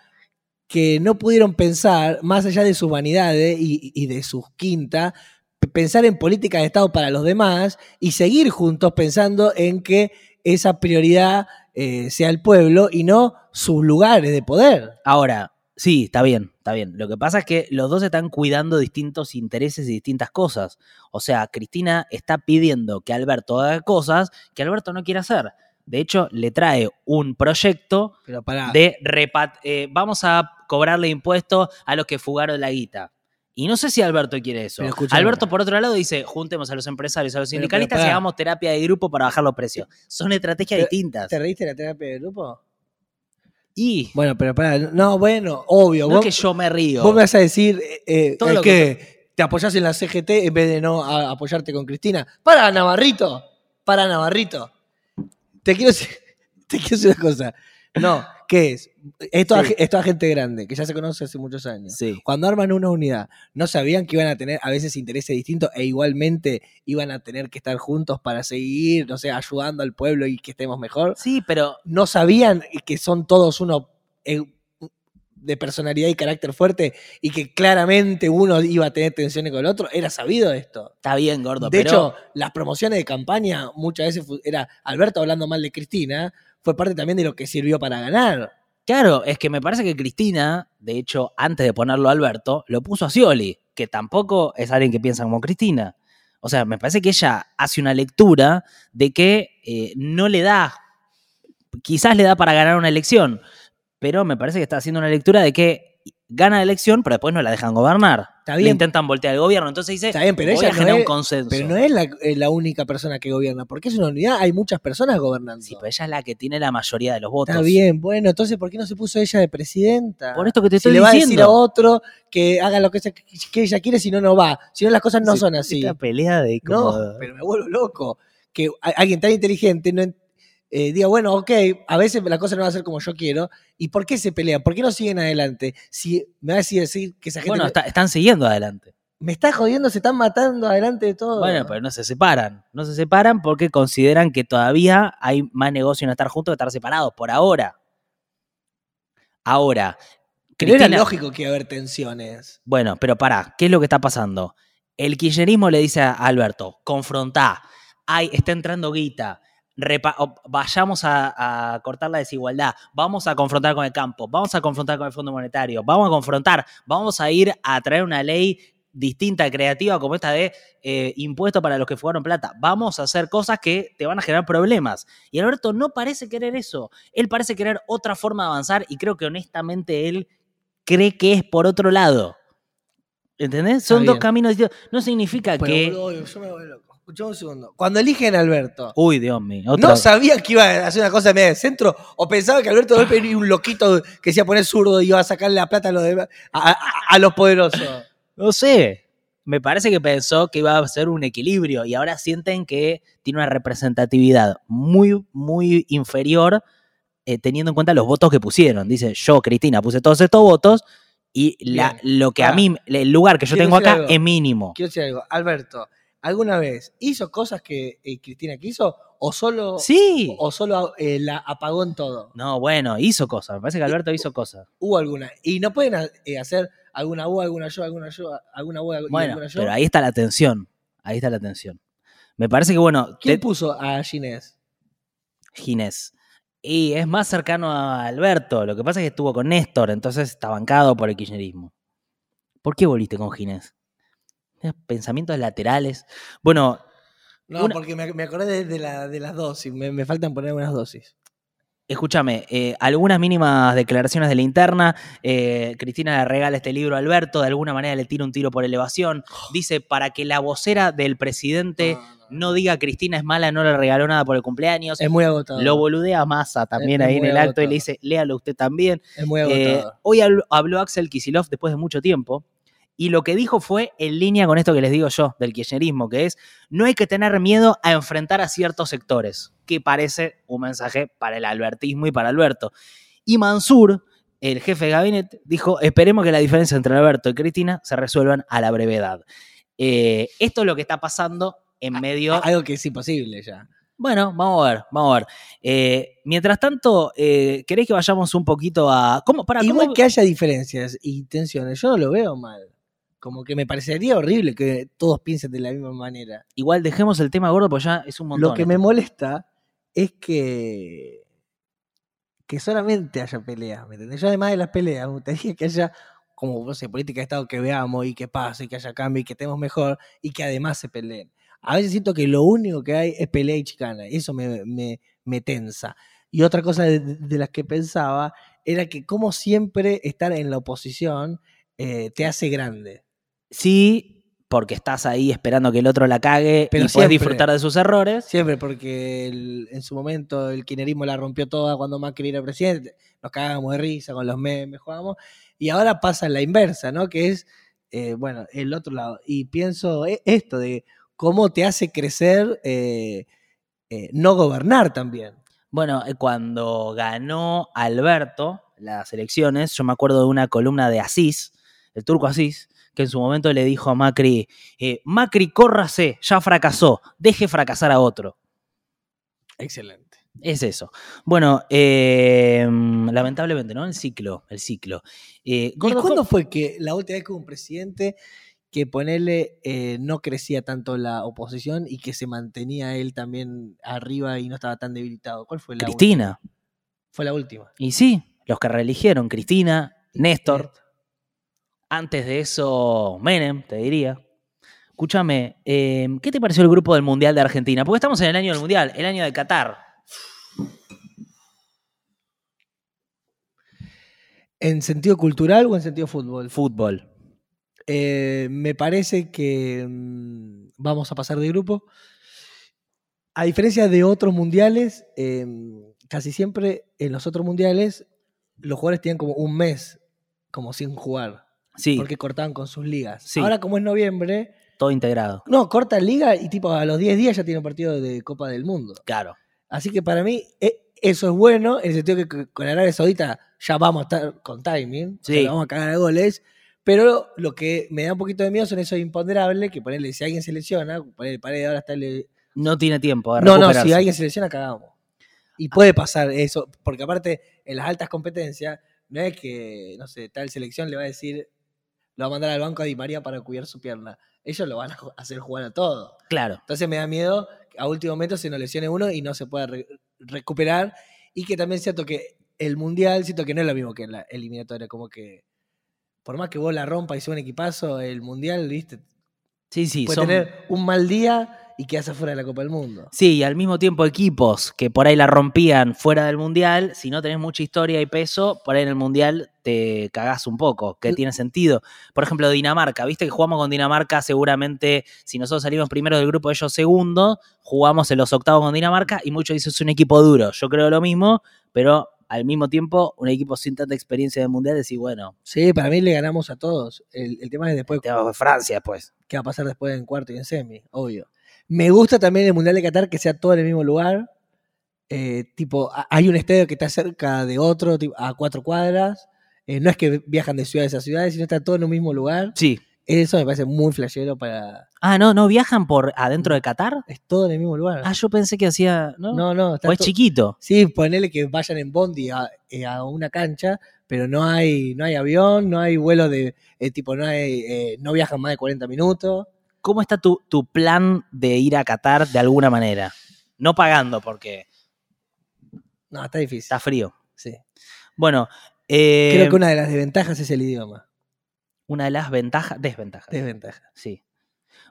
que no pudieron pensar, más allá de sus vanidades y, y de sus quintas, p- pensar en políticas de Estado para los demás y seguir juntos pensando en que esa prioridad eh, sea el pueblo y no sus lugares de poder.
Ahora, sí, está bien, está bien. Lo que pasa es que los dos están cuidando distintos intereses y distintas cosas. O sea, Cristina está pidiendo que Alberto haga cosas que Alberto no quiere hacer. De hecho, le trae un proyecto
Pero para
de repat eh, vamos a cobrarle impuestos a los que fugaron la guita. Y no sé si Alberto quiere eso.
Pero escúchame.
Alberto, por otro lado, dice, juntemos a los empresarios, a los
Pero,
sindicalistas
pero
y
pará.
hagamos terapia de grupo para bajar los precios. Son estrategias
Pero,
distintas.
¿Te reíste de la terapia de grupo?
Y
Bueno, pero para No, bueno, obvio.
no es
vos,
que yo me río.
vos me vas a decir eh, eh,
Todo
eh,
lo
que, te apoyás en la CGT en vez de no a- apoyarte con Cristina. Para, Navarrito. Para, Navarrito. Te quiero, decir- [laughs] te quiero decir una cosa. No, ¿qué es? Esto,
Sí.
a, esto a gente grande, que ya se conoce hace muchos años.
Sí.
Cuando arman una unidad, ¿no sabían que iban a tener a veces intereses distintos e igualmente iban a tener que estar juntos para seguir, no sé, ayudando al pueblo y que estemos mejor?
Sí, pero
¿No sabían que son todos uno eh, de personalidad y carácter fuerte y que claramente uno iba a tener tensiones con el otro, era sabido esto.
Está bien, gordo,
De
pero
hecho, las promociones de campaña muchas veces fu- era Alberto hablando mal de Cristina, fue parte también de lo que sirvió para ganar.
claro, es que me parece que Cristina, de hecho, antes de ponerlo a Alberto, lo puso a Scioli, que tampoco es alguien que piensa como Cristina. O sea, me parece que ella hace una lectura de que eh, no le da, quizás le da para ganar una elección, pero me parece que está haciendo una lectura de que gana la elección, pero después no la dejan gobernar.
Está
Le
bien.
intentan voltear el gobierno. Entonces dice,
Está bien, pero
voy
ella
a
no
generar
es-
un consenso.
Pero no es la, eh, la única persona que gobierna, porque es una unidad, hay muchas personas gobernando.
Sí, pero ella es la que tiene la mayoría de los votos.
Está bien, bueno, entonces ¿por qué no se puso ella de presidenta?
Por esto que te
Si
estoy
le va a
diciendo.
decir a otro que haga lo que ella, que ella quiere, si no, no va. Si no, las cosas no
Sí,
son así.
Esta pelea de como-
No, pero me vuelvo loco. Que a- alguien tan inteligente no en- eh, diga, bueno, ok, a veces la cosa no va a ser como yo quiero. ¿Y por qué se pelean? ¿Por qué no siguen adelante? Si me vas a decir que esa gente
Bueno,
me-
está- están siguiendo adelante.
me está jodiendo, se están matando adelante de todo.
Bueno, pero no se separan. No se separan porque consideran que todavía hay más negocio en estar juntos que estar separados, por ahora. Ahora,
Pero era
Cristina-
lógico que iba a haber tensiones.
Bueno, pero pará, ¿qué es lo que está pasando? El kirchnerismo le dice a Alberto, confrontá, ay, está entrando guita, repa- o- vayamos a, a cortar la desigualdad, vamos a confrontar con el campo, vamos a confrontar con el Fondo Monetario, vamos a confrontar, vamos a ir a traer una ley distinta, creativa, como esta de eh, impuesto para los que fugaron plata. Vamos a hacer cosas que te van a generar problemas. Y Alberto no parece querer eso. Él parece querer otra forma de avanzar y creo que honestamente él cree que es por otro lado. ¿Entendés? Son dos
bien.
caminos distintos. No significa
Pero,
que...
boludo, yo me vuelvo loco. Escuchá un segundo. Cuando eligen a Alberto,
Uy, Dios mío. otra-
¿no sabían que iba a hacer una cosa media de centro? ¿O pensaba que Alberto Golpe era un loquito que se iba a poner zurdo y iba a sacarle la plata a los, demás- a- a- a los poderosos?
No sé. Me parece que pensó que iba a ser un equilibrio y ahora sienten que tiene una representatividad muy, muy inferior eh, teniendo en cuenta los votos que pusieron. Dice, yo, Cristina, puse todos estos votos y la- lo que a
Pará.
mí, el lugar que yo
Quiero
tengo
decir
acá
algo.
es mínimo.
Quiero decir algo. Alberto, ¿alguna vez hizo cosas que eh, Cristina quiso? ¿O solo,
Sí.
o solo eh, la apagó en todo?
No, bueno, hizo cosas. Me parece que Alberto hizo cosas.
¿Hubo alguna? ¿Y no pueden ha- eh, hacer alguna U, alguna yo, alguna yo, alguna U, alguna,
Bueno,
alguna yo?
pero ahí está la tensión. Ahí está la tensión. Me parece que, bueno,
¿Quién
te-
puso a Ginés?
Ginés. Y es más cercano a Alberto. Lo que pasa es que estuvo con Néstor, entonces está bancado por el kirchnerismo. ¿Por qué volviste con Ginés? Tenías Pensamientos laterales. Bueno,
No,
Una-
porque me, me acordé de, de la- de las dosis. Me, me faltan poner unas dosis.
escúchame, eh, algunas mínimas declaraciones de la interna. eh, Cristina le regala este libro a Alberto, de alguna manera le tira un tiro por elevación.
Ah.
Dice, para que la vocera del presidente no diga Cristina es mala, no le regaló nada por el cumpleaños.
Es muy agotado.
Lo boludea a Massa también
Es
ahí en
muy
el acto y
agotador.
le dice, léalo usted también.
es muy
Eh,
agotado.
hoy habl- habló Axel Kisilov después de mucho tiempo y lo que dijo fue en línea con esto que les digo yo del kirchnerismo, que es no hay que tener miedo a enfrentar a ciertos sectores, que parece un mensaje para el albertismo y para Alberto. Y Mansur, el jefe de gabinete, dijo esperemos que la diferencia entre Alberto y Cristina se resuelvan a la brevedad. Eh, esto es lo que está pasando en medio
Algo que es imposible ya.
bueno, vamos a ver, vamos a ver. Eh, mientras tanto, eh, ¿querés que vayamos un poquito a. ¿Cómo? Para,
Igual
¿cómo?
que haya diferencias y tensiones, yo no lo veo mal. Como que me parecería horrible que todos piensen de la misma manera.
Igual dejemos el tema gordo, porque ya es un montón.
Lo que me molesta es que que solamente haya peleas, ¿me entendés? Yo además de las peleas, me gustaría que haya como no sé, política de Estado que veamos y que pase, y que haya cambio y que estemos mejor y que además se peleen. A veces siento que lo único que hay es pelea y chicana, y eso me, me- me tensa. Y otra cosa de, de las que pensaba era que como siempre estar en la oposición eh, te hace grande.
Sí, porque estás ahí esperando que el otro la cague
Pero
y puedes
siempre.
disfrutar de sus errores.
Siempre, porque el- en su momento el kirchnerismo la rompió toda cuando Macri era presidente. Nos cagábamos de risa con los memes, jugábamos. Y ahora pasa la inversa, ¿no? Que es, eh, bueno, el otro lado. Y pienso e- esto de cómo te hace crecer eh, eh, no gobernar también.
Bueno, eh, cuando ganó Alberto las elecciones, yo me acuerdo de una columna de Asís, el turco Asís, que en su momento le dijo a Macri: eh, Macri, córrase, ya fracasó, deje fracasar a otro.
Excelente.
Es eso. Bueno, eh, lamentablemente, ¿no? El ciclo, el ciclo. Eh,
¿Y
Gordo,
cuándo fue que la última vez que hubo un presidente que ponerle no crecía tanto la oposición y que se mantenía él también arriba y no estaba tan debilitado? ¿Cuál fue la última?
Cristina.
Fue la última.
Y sí, los que reeligieron, Cristina, Néstor.
Néstor.
Antes de eso, Menem, te diría. Escúchame, eh, ¿qué te pareció el grupo del Mundial de Argentina? Porque estamos en el año del Mundial, el año de Qatar.
¿En sentido cultural o en sentido fútbol?
Fútbol.
Eh, me parece que mm, vamos a pasar de grupo. A diferencia de otros mundiales, eh, casi siempre en los otros mundiales los jugadores tenían como un mes como sin jugar,
Sí,
porque cortaban con sus ligas.
Sí.
Ahora como es noviembre,
todo integrado.
no, corta liga y tipo a los 10 días ya tiene un partido de Copa del Mundo.
Claro.
Así que para mí e- eso es bueno, en el sentido que c- con Arabia Saudita ya vamos a estar con timing, o sea,
Sí.
la vamos a cagar a goles, pero lo que me da un poquito de miedo son esos imponderables, que ponerle, si alguien se lesiona, ponerle pared, ahora está el...
No tiene tiempo de
No, no, si
recuperarse.
alguien se lesiona, cagamos. Y puede pasar eso, porque aparte en las altas competencias, no es que, no sé, tal selección le va a decir, lo va a mandar al banco a Di María para cuidar su pierna. Ellos lo van a ju- hacer jugar a todo.
Claro.
Entonces me da miedo que a último momento se nos lesione uno y no se pueda re- recuperar. Y que también siento que el mundial, siento que no es lo mismo que la eliminatoria. Como que, por más que vos la rompa y sea un equipazo, el mundial, viste,
Sí, sí.
puede
son-
tener un mal día y quedas afuera de la Copa del Mundo.
Sí, y al mismo tiempo equipos que por ahí la rompían fuera del Mundial, si no tenés mucha historia y peso, por ahí en el Mundial te cagás un poco, que
L-
tiene sentido. Por ejemplo, Dinamarca, viste que jugamos con Dinamarca seguramente, si nosotros salimos primero del grupo, ellos segundo, jugamos en los octavos con Dinamarca y muchos dicen es un equipo duro. Yo creo lo mismo, pero al mismo tiempo un equipo sin tanta experiencia de Mundial decís, bueno,
Sí, para mí le ganamos a todos. El, el tema es después
te vas a Francia pues". después.
qué va a pasar después en cuarto y en semi, obvio. Me gusta también el Mundial de Qatar que sea todo en el mismo lugar. Eh, tipo, a- hay un estadio que está cerca de otro, tipo, a cuatro cuadras. Eh, no es que viajan de ciudades a ciudades, sino está todo en un mismo lugar.
Sí.
Eso me parece muy flashero para...
Ah, no, no viajan por adentro de Qatar.
Es todo en el mismo lugar.
Ah, yo pensé que hacía, ¿no?
no, no, está
o es
to-
chiquito.
Sí, ponele que vayan en bondi a, eh, a una cancha, pero no hay, no hay avión, no hay vuelo de... eh, tipo, no, hay, eh, no viajan más de 40 minutos.
¿Cómo está tu, tu plan de ir a Qatar de alguna manera? No pagando porque
No, está difícil.
está frío.
Sí.
Bueno, eh,
Creo que una de las desventajas es el idioma.
una de las ventajas, desventajas,
Desventaja.
sí.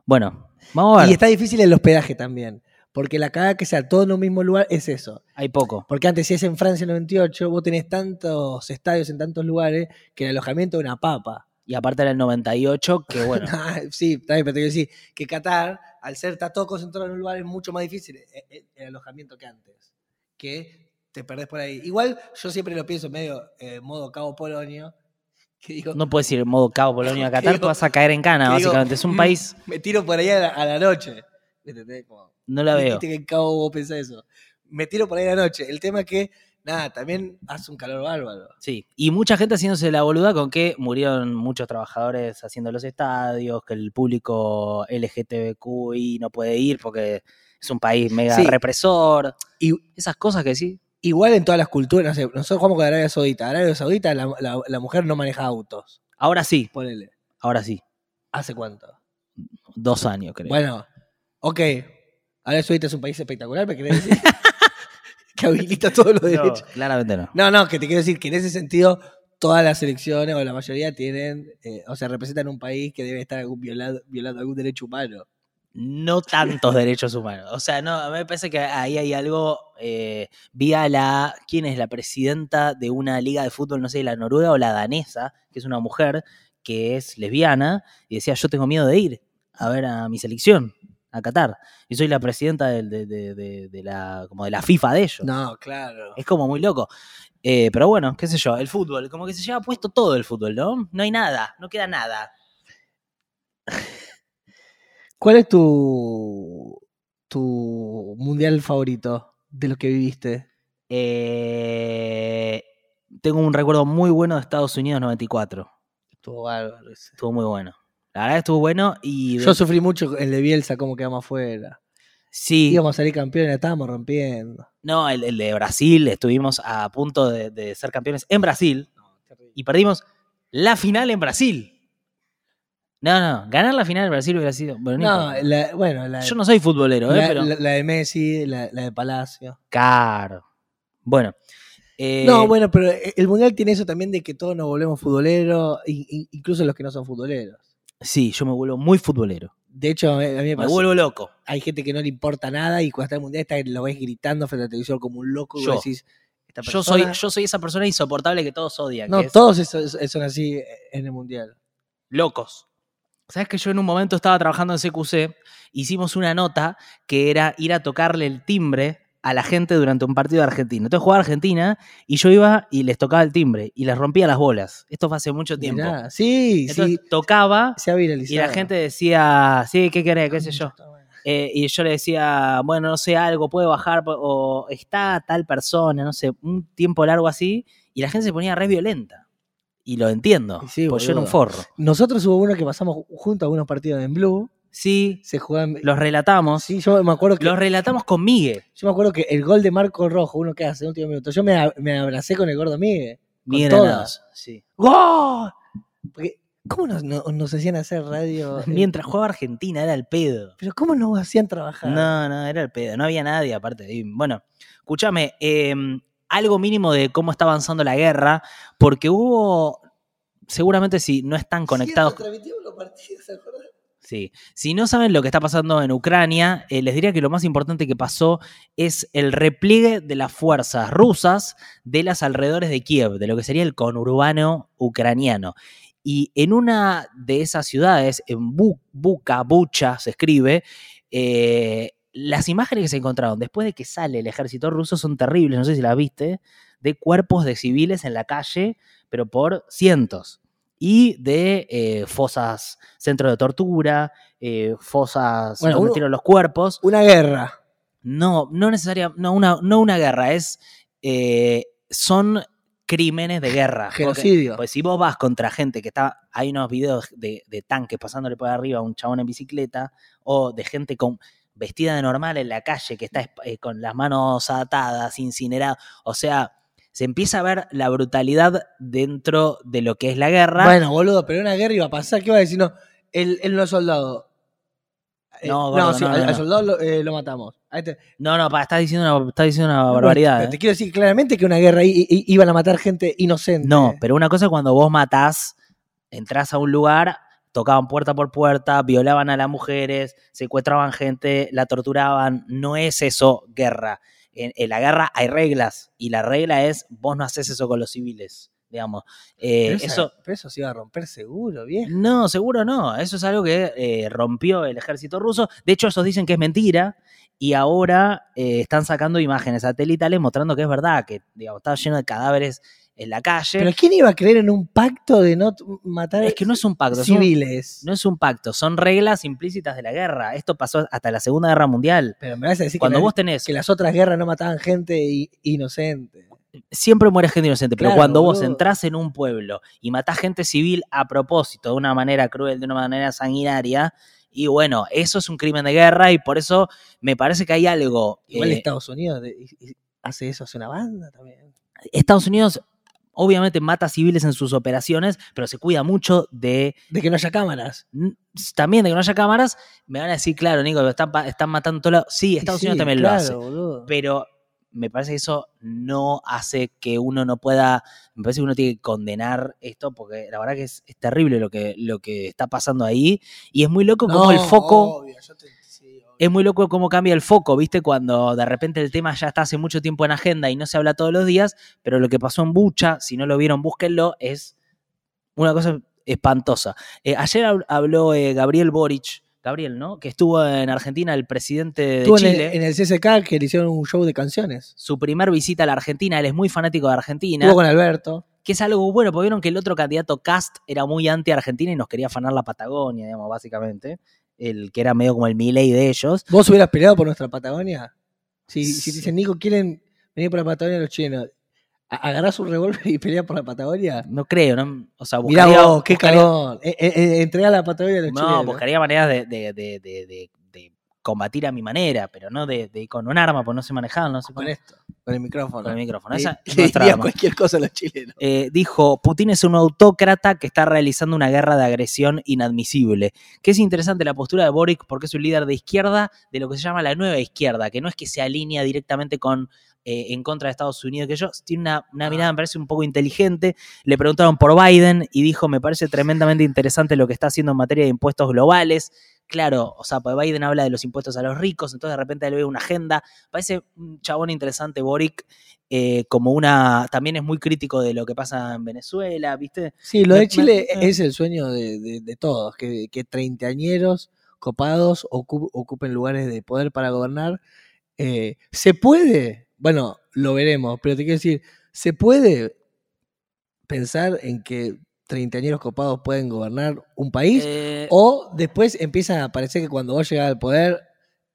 Bueno, vamos a ver.
Y está difícil el hospedaje también. Porque la cagada que sea todo en un mismo lugar es eso.
Hay poco.
Porque antes, si es en Francia en 98, vos tenés tantos estadios en tantos lugares que el alojamiento es una papa.
Y aparte era el 98,
[laughs]
que bueno,
Ah, sí, también, pero te quiero decir que Qatar, al ser está todo concentrado en un lugar, es mucho más difícil e- e- el alojamiento que antes. Que te perdés por ahí. Igual yo siempre lo pienso medio eh, modo Cabo Polonio. Que digo,
no puedes ir en modo Cabo Polonia a Qatar,
Digo-
te vas a caer en cana,
que digo,
básicamente. es un
mm,
país,
Me tiro por ahí a la, a la noche. ¿Entendés? Como-
no la veo.
Viste que en Cabo vos pensás eso. Me tiro por ahí la noche. El tema es que, nada, también hace un calor bárbaro.
Sí, y mucha gente haciéndose la boluda con que murieron muchos trabajadores haciendo los estadios, que el público LGTBQI no puede ir porque es un país mega
Sí.
represor.
Y-
esas cosas que sí.
Igual en todas las culturas, no sé, nosotros jugamos con Arabia Saudita. Arabia Saudita, la, la- la mujer no maneja autos.
Ahora sí,
Ponele.
ahora sí.
¿Hace cuánto?
Dos años, creo. [laughs]
Bueno, ok. Arabia Saudita es un país espectacular, ¿me querés [laughs] decir? que habilita todos los
No,
derechos.
claramente no.
No, no, que te quiero decir que en ese sentido todas las elecciones o la mayoría tienen, eh, o sea, representan un país que debe estar algún violado, violando algún derecho humano.
No tantos derechos humanos. O sea, no, a mí me parece que ahí hay algo. eh, vi a la. ¿Quién es la presidenta de una liga de fútbol? No sé, la noruega o la danesa, que es una mujer que es lesbiana, y decía: Yo tengo miedo de ir a ver a mi selección, a Qatar. Y soy la presidenta del- de, de- de- de la, como de la FIFA de ellos.
No, claro.
Es como muy loco. Eh, pero bueno, qué sé yo, el fútbol, como que se lleva puesto todo el fútbol, ¿no? No hay nada, no queda nada.
¿Cuál es tu, tu mundial favorito de los que viviste?
Eh, tengo un recuerdo muy bueno de Estados Unidos 94.
Estuvo bárbaro ese.
Estuvo muy bueno. La verdad que estuvo bueno y... de-
Yo sufrí mucho el de Bielsa, cómo quedamos afuera.
Sí,
Íbamos a salir campeones, la estábamos rompiendo.
no, el, el de Brasil, estuvimos a punto de, de ser campeones en Brasil y perdimos la final en Brasil. No, no, ganar la final en Brasil hubiera sido. Bueno, no
No,
importa.
la- bueno, la,
yo no soy futbolero, ¿eh?
la-
pero.
la- la de Messi, la, la de Palacio.
Caro. Bueno. eh,
no, bueno, pero el Mundial tiene eso también de que todos nos volvemos futboleros, i- i- incluso los que no son futboleros.
Sí, yo me vuelvo muy futbolero.
De hecho, a mí me
Me
pasó-
vuelvo loco.
hay gente que no le importa nada y cuando está el mundial está, lo ves gritando frente al televisor como un loco y vos
Yo.
decís, esta
Yo
persona-
soy, yo soy esa persona insoportable que todos odian.
No,
que es
todos esos- esos son así eh, en el mundial.
locos. ¿Sabes que yo en un momento estaba trabajando en CQC? Hicimos una nota que era ir a tocarle el timbre a la gente durante un partido de Argentina. Entonces jugaba Argentina y yo iba y les tocaba el timbre y les rompía las bolas. Esto fue hace mucho tiempo.
Mirá, sí,
Entonces
sí,
tocaba
se ha viralizado.
y la gente decía, sí, ¿qué querés? ¿Qué sé yo? Eh, y yo le decía, bueno, no sé, algo puede bajar po- o está tal persona, no sé, un tiempo largo así. Y la gente se ponía re violenta. Y lo entiendo.
Y sí,
porque yo era un
boludo.
forro.
Nosotros hubo uno que pasamos junto a unos partidos en Blue,
Sí,
se jugaban...
los relatamos.
Sí, yo me acuerdo que...
Los relatamos con Miguel.
Yo me acuerdo que el gol de Marco Rojo, uno que hace en el último minuto, yo me, a- me abracé con el gordo Miguel.
Miguel
todas.
Granados, sí.
¡Gol! Porque, ¿Cómo nos, no- nos hacían hacer
[laughs]
radio? eh?
Mientras jugaba Argentina, era el pedo.
Pero ¿cómo nos hacían trabajar?
No, no, era el pedo. No había nadie aparte. Y, bueno, escúchame, eh, algo mínimo de cómo está avanzando la guerra, porque hubo, seguramente si no están conectados. Sí. Si no saben lo que está pasando en Ucrania, eh, les diría que lo más importante que pasó es el repliegue de las fuerzas rusas de las alrededores de Kiev, de lo que sería el conurbano ucraniano. Y en una de esas ciudades, en Bu- Buca, Bucha se escribe, eh, las imágenes que se encontraron después de que sale el ejército ruso son terribles, no sé si las viste, de cuerpos de civiles en la calle, pero por cientos. Y de eh, fosas, centros de tortura, eh, fosas
Bueno,
donde
uno-
tiran los cuerpos.
Una guerra.
No, no necesaria, no una, no una guerra, es eh, son crímenes de guerra. porque-
Genocidio.
pues si vos vas contra gente que está, hay unos videos de, de tanques pasándole por arriba a un chabón en bicicleta o de gente con vestida de normal en la calle que está esp- eh, con las manos atadas, incinerada, o sea, se empieza a ver la brutalidad dentro de lo que es la guerra.
Bueno, boludo, pero una guerra iba a pasar. ¿Qué iba a decir? No, él, él no es soldado. Eh,
No, gordo,
sí,
no,
al,
no,
al
no.
soldado lo, eh, lo matamos. A este-
no, no, pa, estás diciendo una, estás diciendo una
No,
barbaridad.
pero
¿eh?
Te quiero decir claramente que una guerra i- i- iban a matar gente inocente.
No, pero una cosa es cuando vos matás, entrás a un lugar, tocaban puerta por puerta, violaban a las mujeres, secuestraban gente, la torturaban. No es eso guerra. En, en la guerra hay reglas y la regla es vos no haces eso con los civiles, digamos. Eh,
Pero esa-
eso
pero eso se iba a romper seguro, viejo.
no, seguro no. Eso es algo que eh, rompió el ejército ruso. De hecho, ellos dicen que es mentira y ahora eh, están sacando imágenes satelitales mostrando que es verdad, que digamos, estaba lleno de cadáveres en la calle.
Pero ¿quién iba a creer en un pacto de no t- matar
Es que no es un pacto, es un-
civiles?
no es un pacto, son reglas implícitas de la guerra. Esto pasó hasta la Segunda Guerra Mundial.
Pero me vas a decir
Cuando
que, la-
vos tenés,
que las otras guerras no mataban gente i- inocente.
Eh, siempre muere gente inocente, pero
Claro,
cuando vos
boludo.
entrás en un pueblo y matás gente civil a propósito, de una manera cruel, de una manera sanguinaria, y bueno, eso es un crimen de guerra y por eso me parece que hay algo.
Igual
eh,
Estados Unidos de- i- i- hace eso, hace una banda también.
Estados Unidos obviamente mata civiles en sus operaciones, pero se cuida mucho de
De que no haya cámaras.
n- también de que no haya cámaras, me van a decir, claro, Nico, lo están, pa- están matando todo lado. Sí, Estados Unidos también lo hace. Pero me parece que eso no hace que uno no pueda. Me parece que uno tiene que condenar esto, porque la verdad que es, es terrible lo que, lo que está pasando ahí. Y es muy loco como el
oh.
foco. Eh, Es muy loco cómo cambia el foco, ¿viste? Cuando de repente el tema ya está hace mucho tiempo en agenda y no se habla todos los días, pero lo que pasó en Bucha, si no lo vieron, búsquenlo, es una cosa espantosa. Eh, ayer hab- habló eh, Gabriel Boric, Gabriel, ¿no? Que estuvo en Argentina, el presidente de
Estuvo en el,
Chile.
en el CSK que le hicieron un show de canciones.
Su primer visita a la Argentina, él es muy fanático de Argentina,
Estuvo con Alberto.
que es algo bueno, porque vieron que el otro candidato Cast era muy anti-Argentina y nos quería afanar la Patagonia, digamos, básicamente. El que era medio como el Milei de ellos.
¿Vos hubieras peleado por nuestra Patagonia? Si, si te
Sí.
dicen, Nico, quieren venir por la Patagonia los chinos, a- agarrás un revólver y peleás por la Patagonia.
No creo, ¿no? O sea,
Mirá
buscaría,
vos, qué
buscaría-
cagón. Eh, eh, eh, entregá la Patagonia a los
No,
chilenos.
buscaría maneras de, de- de- de- de- de combatir a mi manera, pero no de, de- con un arma, pues no se manejaban, no sé
Ah, Con
cómo.
esto, con el micrófono.
Con el micrófono.
Le- [laughs]
Esa es
le
nuestra
diría
arma.
cualquier cosa a los chilenos.
Eh, dijo, Putin es un autócrata que está realizando una guerra de agresión inadmisible. Que es interesante la postura de Boric porque es un líder de izquierda de lo que se llama la nueva izquierda, que no es que se alinea directamente con eh, en contra de Estados Unidos, que yo tiene una, una mirada, me parece un poco inteligente. Le preguntaron por Biden y dijo, me parece tremendamente interesante lo que está haciendo en materia de impuestos globales. Claro, o sea, pues Biden habla de los impuestos a los ricos, entonces de repente le ve una agenda. Parece un chabón interesante, Boric eh, como una. También es muy crítico de lo que pasa en Venezuela, ¿viste?
Sí, lo
Me-
de Chile
me-
es el sueño de, de- de todos, que, que treintañeros copados ocu- ocupen lugares de poder para gobernar. Eh, ¿Se puede? Bueno, lo veremos, pero te quiero decir, ¿se puede pensar en que treintañeros copados pueden gobernar un país?
Eh,
o después empiezan a aparecer que cuando vos llegas al poder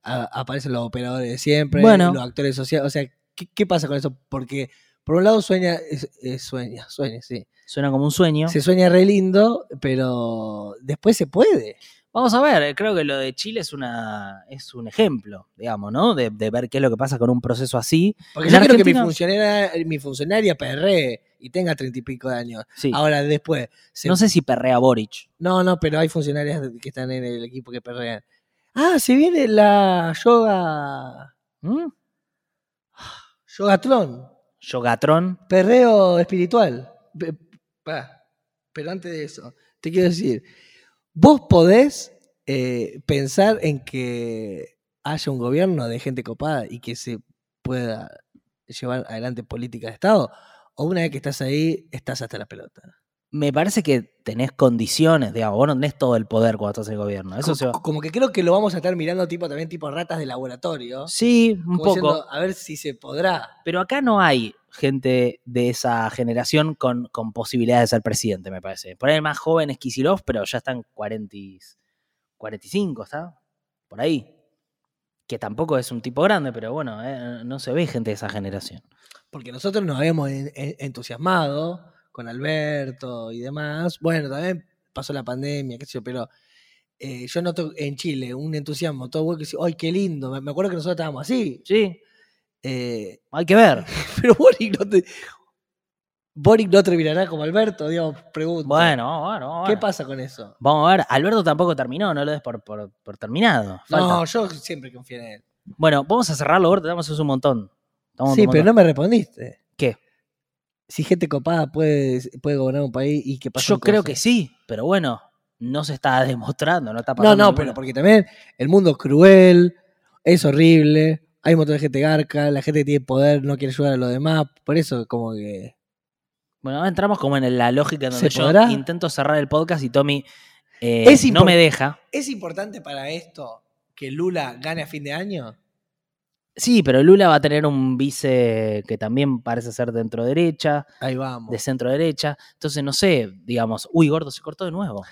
a- aparecen los operadores de siempre,
Bueno.
los actores sociales. O sea, ¿qué, qué pasa con eso? Porque por un lado sueña, es- es sueña, sueña, sí.
suena como un sueño.
Se sueña re lindo, pero después se puede.
Vamos a ver, eh, creo que lo de Chile es una es un ejemplo, digamos, ¿no? De, de ver qué es lo que pasa con un proceso así.
Porque
En
yo creo que mi
Argentina-
funcionaria, mi funcionaria perre y tenga treinta y pico de años.
Sí.
Ahora después. se-
No sé si perrea Boric.
no, no, pero hay funcionarias que están en el equipo que perrean. Ah, se viene la yoga.
¿Mm?
Yogatrón.
Yogatron.
Perreo espiritual. Pe- pará, pero antes de eso, te quiero decir, vos podés eh, pensar en que haya un gobierno de gente copada y que se pueda llevar adelante política de Estado, o una vez que estás ahí, estás hasta la pelota.
Me parece que tenés condiciones, digamos, vos no tenés todo el poder cuando estás en el gobierno. Eso
Co-
se va-
co- Como que creo que lo vamos a estar mirando tipo también tipo ratas de laboratorio.
Sí,
como
un poco.
diciendo, a ver si se podrá.
Pero acá no hay gente de esa generación con, con posibilidad de ser presidente, me parece. Por ahí el más joven es Kisilov, pero ya están 40, y- 45, ¿está? Por ahí. Que tampoco es un tipo grande, pero bueno, eh, no se ve gente de esa generación.
porque nosotros nos habíamos en- en- entusiasmado con Alberto y demás. Bueno, también pasó la pandemia, qué sé yo, pero eh, yo noto en Chile un entusiasmo, todo bueno que dice, ¡ay, qué lindo! Me- Me acuerdo que nosotros estábamos así.
Sí,
Eh, [laughs]
hay que ver.
pero Boric no, te- Boric no terminará como Alberto, digamos, pregunto.
Bueno, bueno, bueno.
¿Qué pasa con eso?
Vamos a ver, Alberto tampoco terminó, no lo des por, por- por terminado. Falta.
No, yo siempre confié en él.
Bueno, vamos a cerrarlo, Bert, te damos un montón. Estamos
Sí,
un
pero
montón.
no me respondiste.
¿Qué?
Si gente copada puede, puede gobernar un país y que pasa
Yo creo que sí, pero bueno, no se está [laughs] demostrando, no está
No,
pasando.
no,
ninguna-
pero porque también el mundo es cruel, es horrible, hay un montón de gente garca, la gente que tiene poder no quiere ayudar a los demás, por eso como que...
Bueno, ahora entramos como en la lógica donde
¿Se
yo
podrá?
intento cerrar el podcast y Tommy eh,
Es
no
impor-
me deja.
¿Es importante para esto que Lula gane a fin de año?
Sí, pero Lula va a tener un vice que también parece ser dentro derecha,
Ahí vamos.
de centro derecha. Entonces, no sé, digamos, uy, gordo, se cortó de nuevo.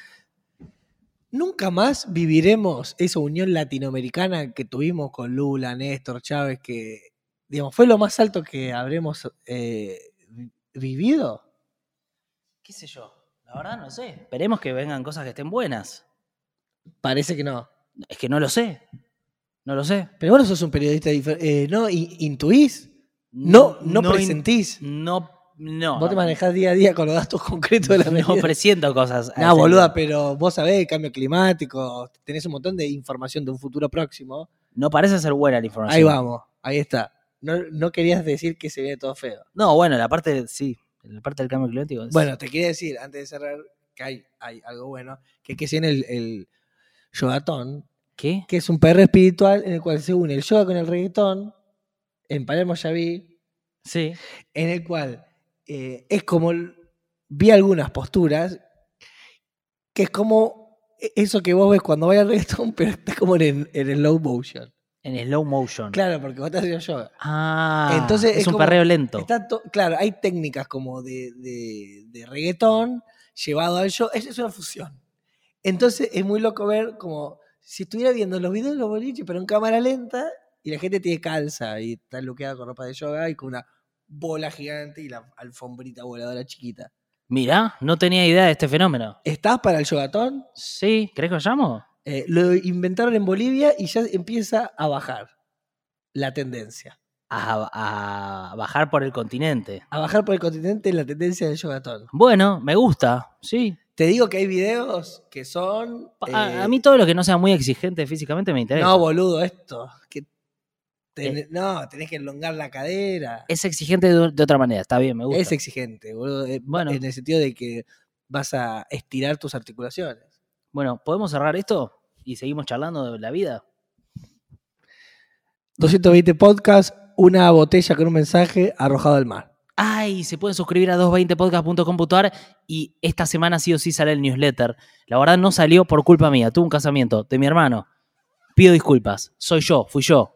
Nunca más viviremos esa unión latinoamericana que tuvimos con Lula, Néstor, Chávez, que digamos, fue lo más alto que habremos eh, vi- vivido.
¿Qué sé yo? La verdad no sé. Esperemos que vengan cosas que estén buenas.
Parece que no.
Es que no lo sé. No lo sé.
Pero vos no sos un periodista diferente. ¿No? I- ¿Intuís? No, no,
in-
presentís.
No, no.
Vos te
no-
manejás día a día con los datos concretos [laughs] de la
[laughs] No
realidad. Ah,
presiento cosas.
No, boluda, pero vos sabés, cambio climático, tenés un montón de información de un futuro próximo.
No parece ser buena la información.
Ahí vamos, ahí está. No, no querías decir que se viene todo feo.
No, bueno, la parte, sí, la parte del cambio climático. es-
Bueno, te quería decir, antes de cerrar, que hay, hay algo bueno, que es que se viene el, el yogatón,
¿Qué?
que es un perro espiritual en el cual se une el yoga con el reggaetón, en Palermo ya vi,
Sí.
en el cual eh, es como, l- vi algunas posturas, que es como e- eso que vos ves cuando vaya al reggaetón, [laughs] pero está como en, en slow motion.
En slow motion.
Claro, porque vos estás haciendo yoga.
Ah,
Entonces
es,
es
un
como-
perreo lento.
Está to- claro, hay técnicas como de, de- de reggaetón llevado al yoga, es, es una fusión. Entonces es muy loco ver como si estuviera viendo los videos de los boliches, pero en cámara lenta, y la gente tiene calza y está bloqueada con ropa de yoga y con una bola gigante y la alfombrita voladora chiquita.
Mirá, no tenía idea de este fenómeno.
¿Estás para el yogatón?
Sí, ¿crees que lo llamo?
Eh, lo inventaron en Bolivia y ya empieza a bajar la tendencia.
A, a bajar por el continente.
A bajar por el continente la tendencia del yogatón.
Bueno, me gusta, sí.
Te digo que hay videos que son.
Pa-
eh,
A, a mí todo lo que no sea muy exigente físicamente me interesa. Eh.
No, boludo, esto. Que ten- No, tenés que elongar la cadera.
es exigente de, de otra manera, está bien, Eh, me gusta.
Es exigente, boludo. eh,
Bueno.
En el sentido de que vas a estirar tus articulaciones.
Bueno, ¿podemos cerrar esto? Y seguimos charlando de la vida.
220 podcast, una botella con un mensaje arrojado al mar.
Ay, se pueden suscribir a 220podcast.com.ar y esta semana sí o sí sale el newsletter. La verdad no salió por culpa mía, tuve un casamiento de mi hermano. Pido disculpas, soy yo, fui yo.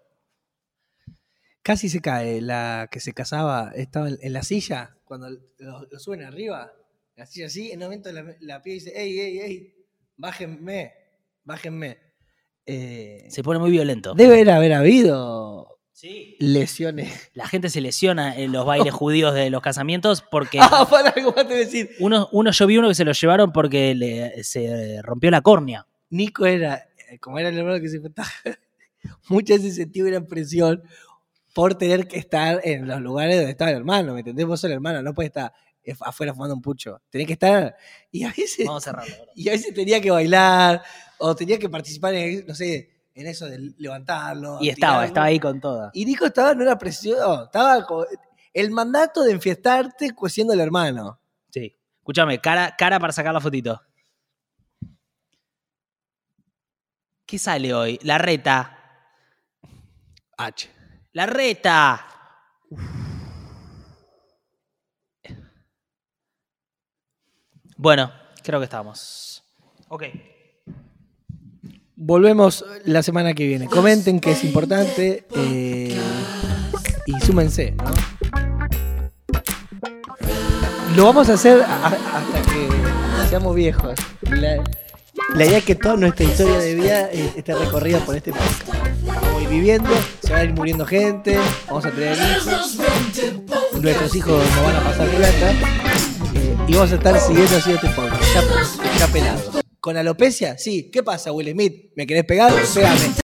Casi se cae la que se casaba, estaba en, en la silla, cuando lo, lo suben arriba, la silla así, en un momento la, la piel dice, ey, ey, ey, bájenme, bájenme. Eh,
Se pone muy violento.
debe haber habido
Sí.
lesiones.
La gente se lesiona en los bailes judíos de los casamientos porque
[laughs] Ah, para, ¿cómo te decir?
uno, uno yo vi uno que se lo llevaron porque le, se rompió la córnea.
Nico era, eh, como era el hermano que se inventaba, [laughs] muchas veces sentía una presión por tener que estar en los lugares donde estaba el hermano, ¿me entendés? Vos sos el hermano, no puedes estar eh, afuera fumando un pucho. Tenés que estar, y a veces,
Vamos a cerrarlo. bro.
y a veces tenía que bailar, o tenía que participar en, no sé, en eso de levantarlo.
Y
tirar
estaba,
algo.
estaba ahí con toda.
Y Nico estaba en una presión, estaba con el mandato de enfiestarte cu- siendo el hermano.
Sí. Escúchame, cara, cara para sacar la fotito. ¿Qué sale hoy? La reta.
H.
La reta. Bueno, creo que estamos. Ok.
Volvemos la semana que viene. Comenten que es importante eh, y súmense, ¿no? Lo vamos a hacer a- a- hasta que seamos viejos. La, la idea es que toda nuestra historia de vida eh, esté recorrida por este podcast. Vamos a ir viviendo, se va a ir muriendo gente, vamos a tener hijos, nuestros hijos nos van a pasar plata eh, y vamos a estar siguiendo así este podcast. Ya, ya pelados. ¿Con alopecia? Sí. ¿Qué pasa, Will Smith? ¿Me querés pegar? Pégame.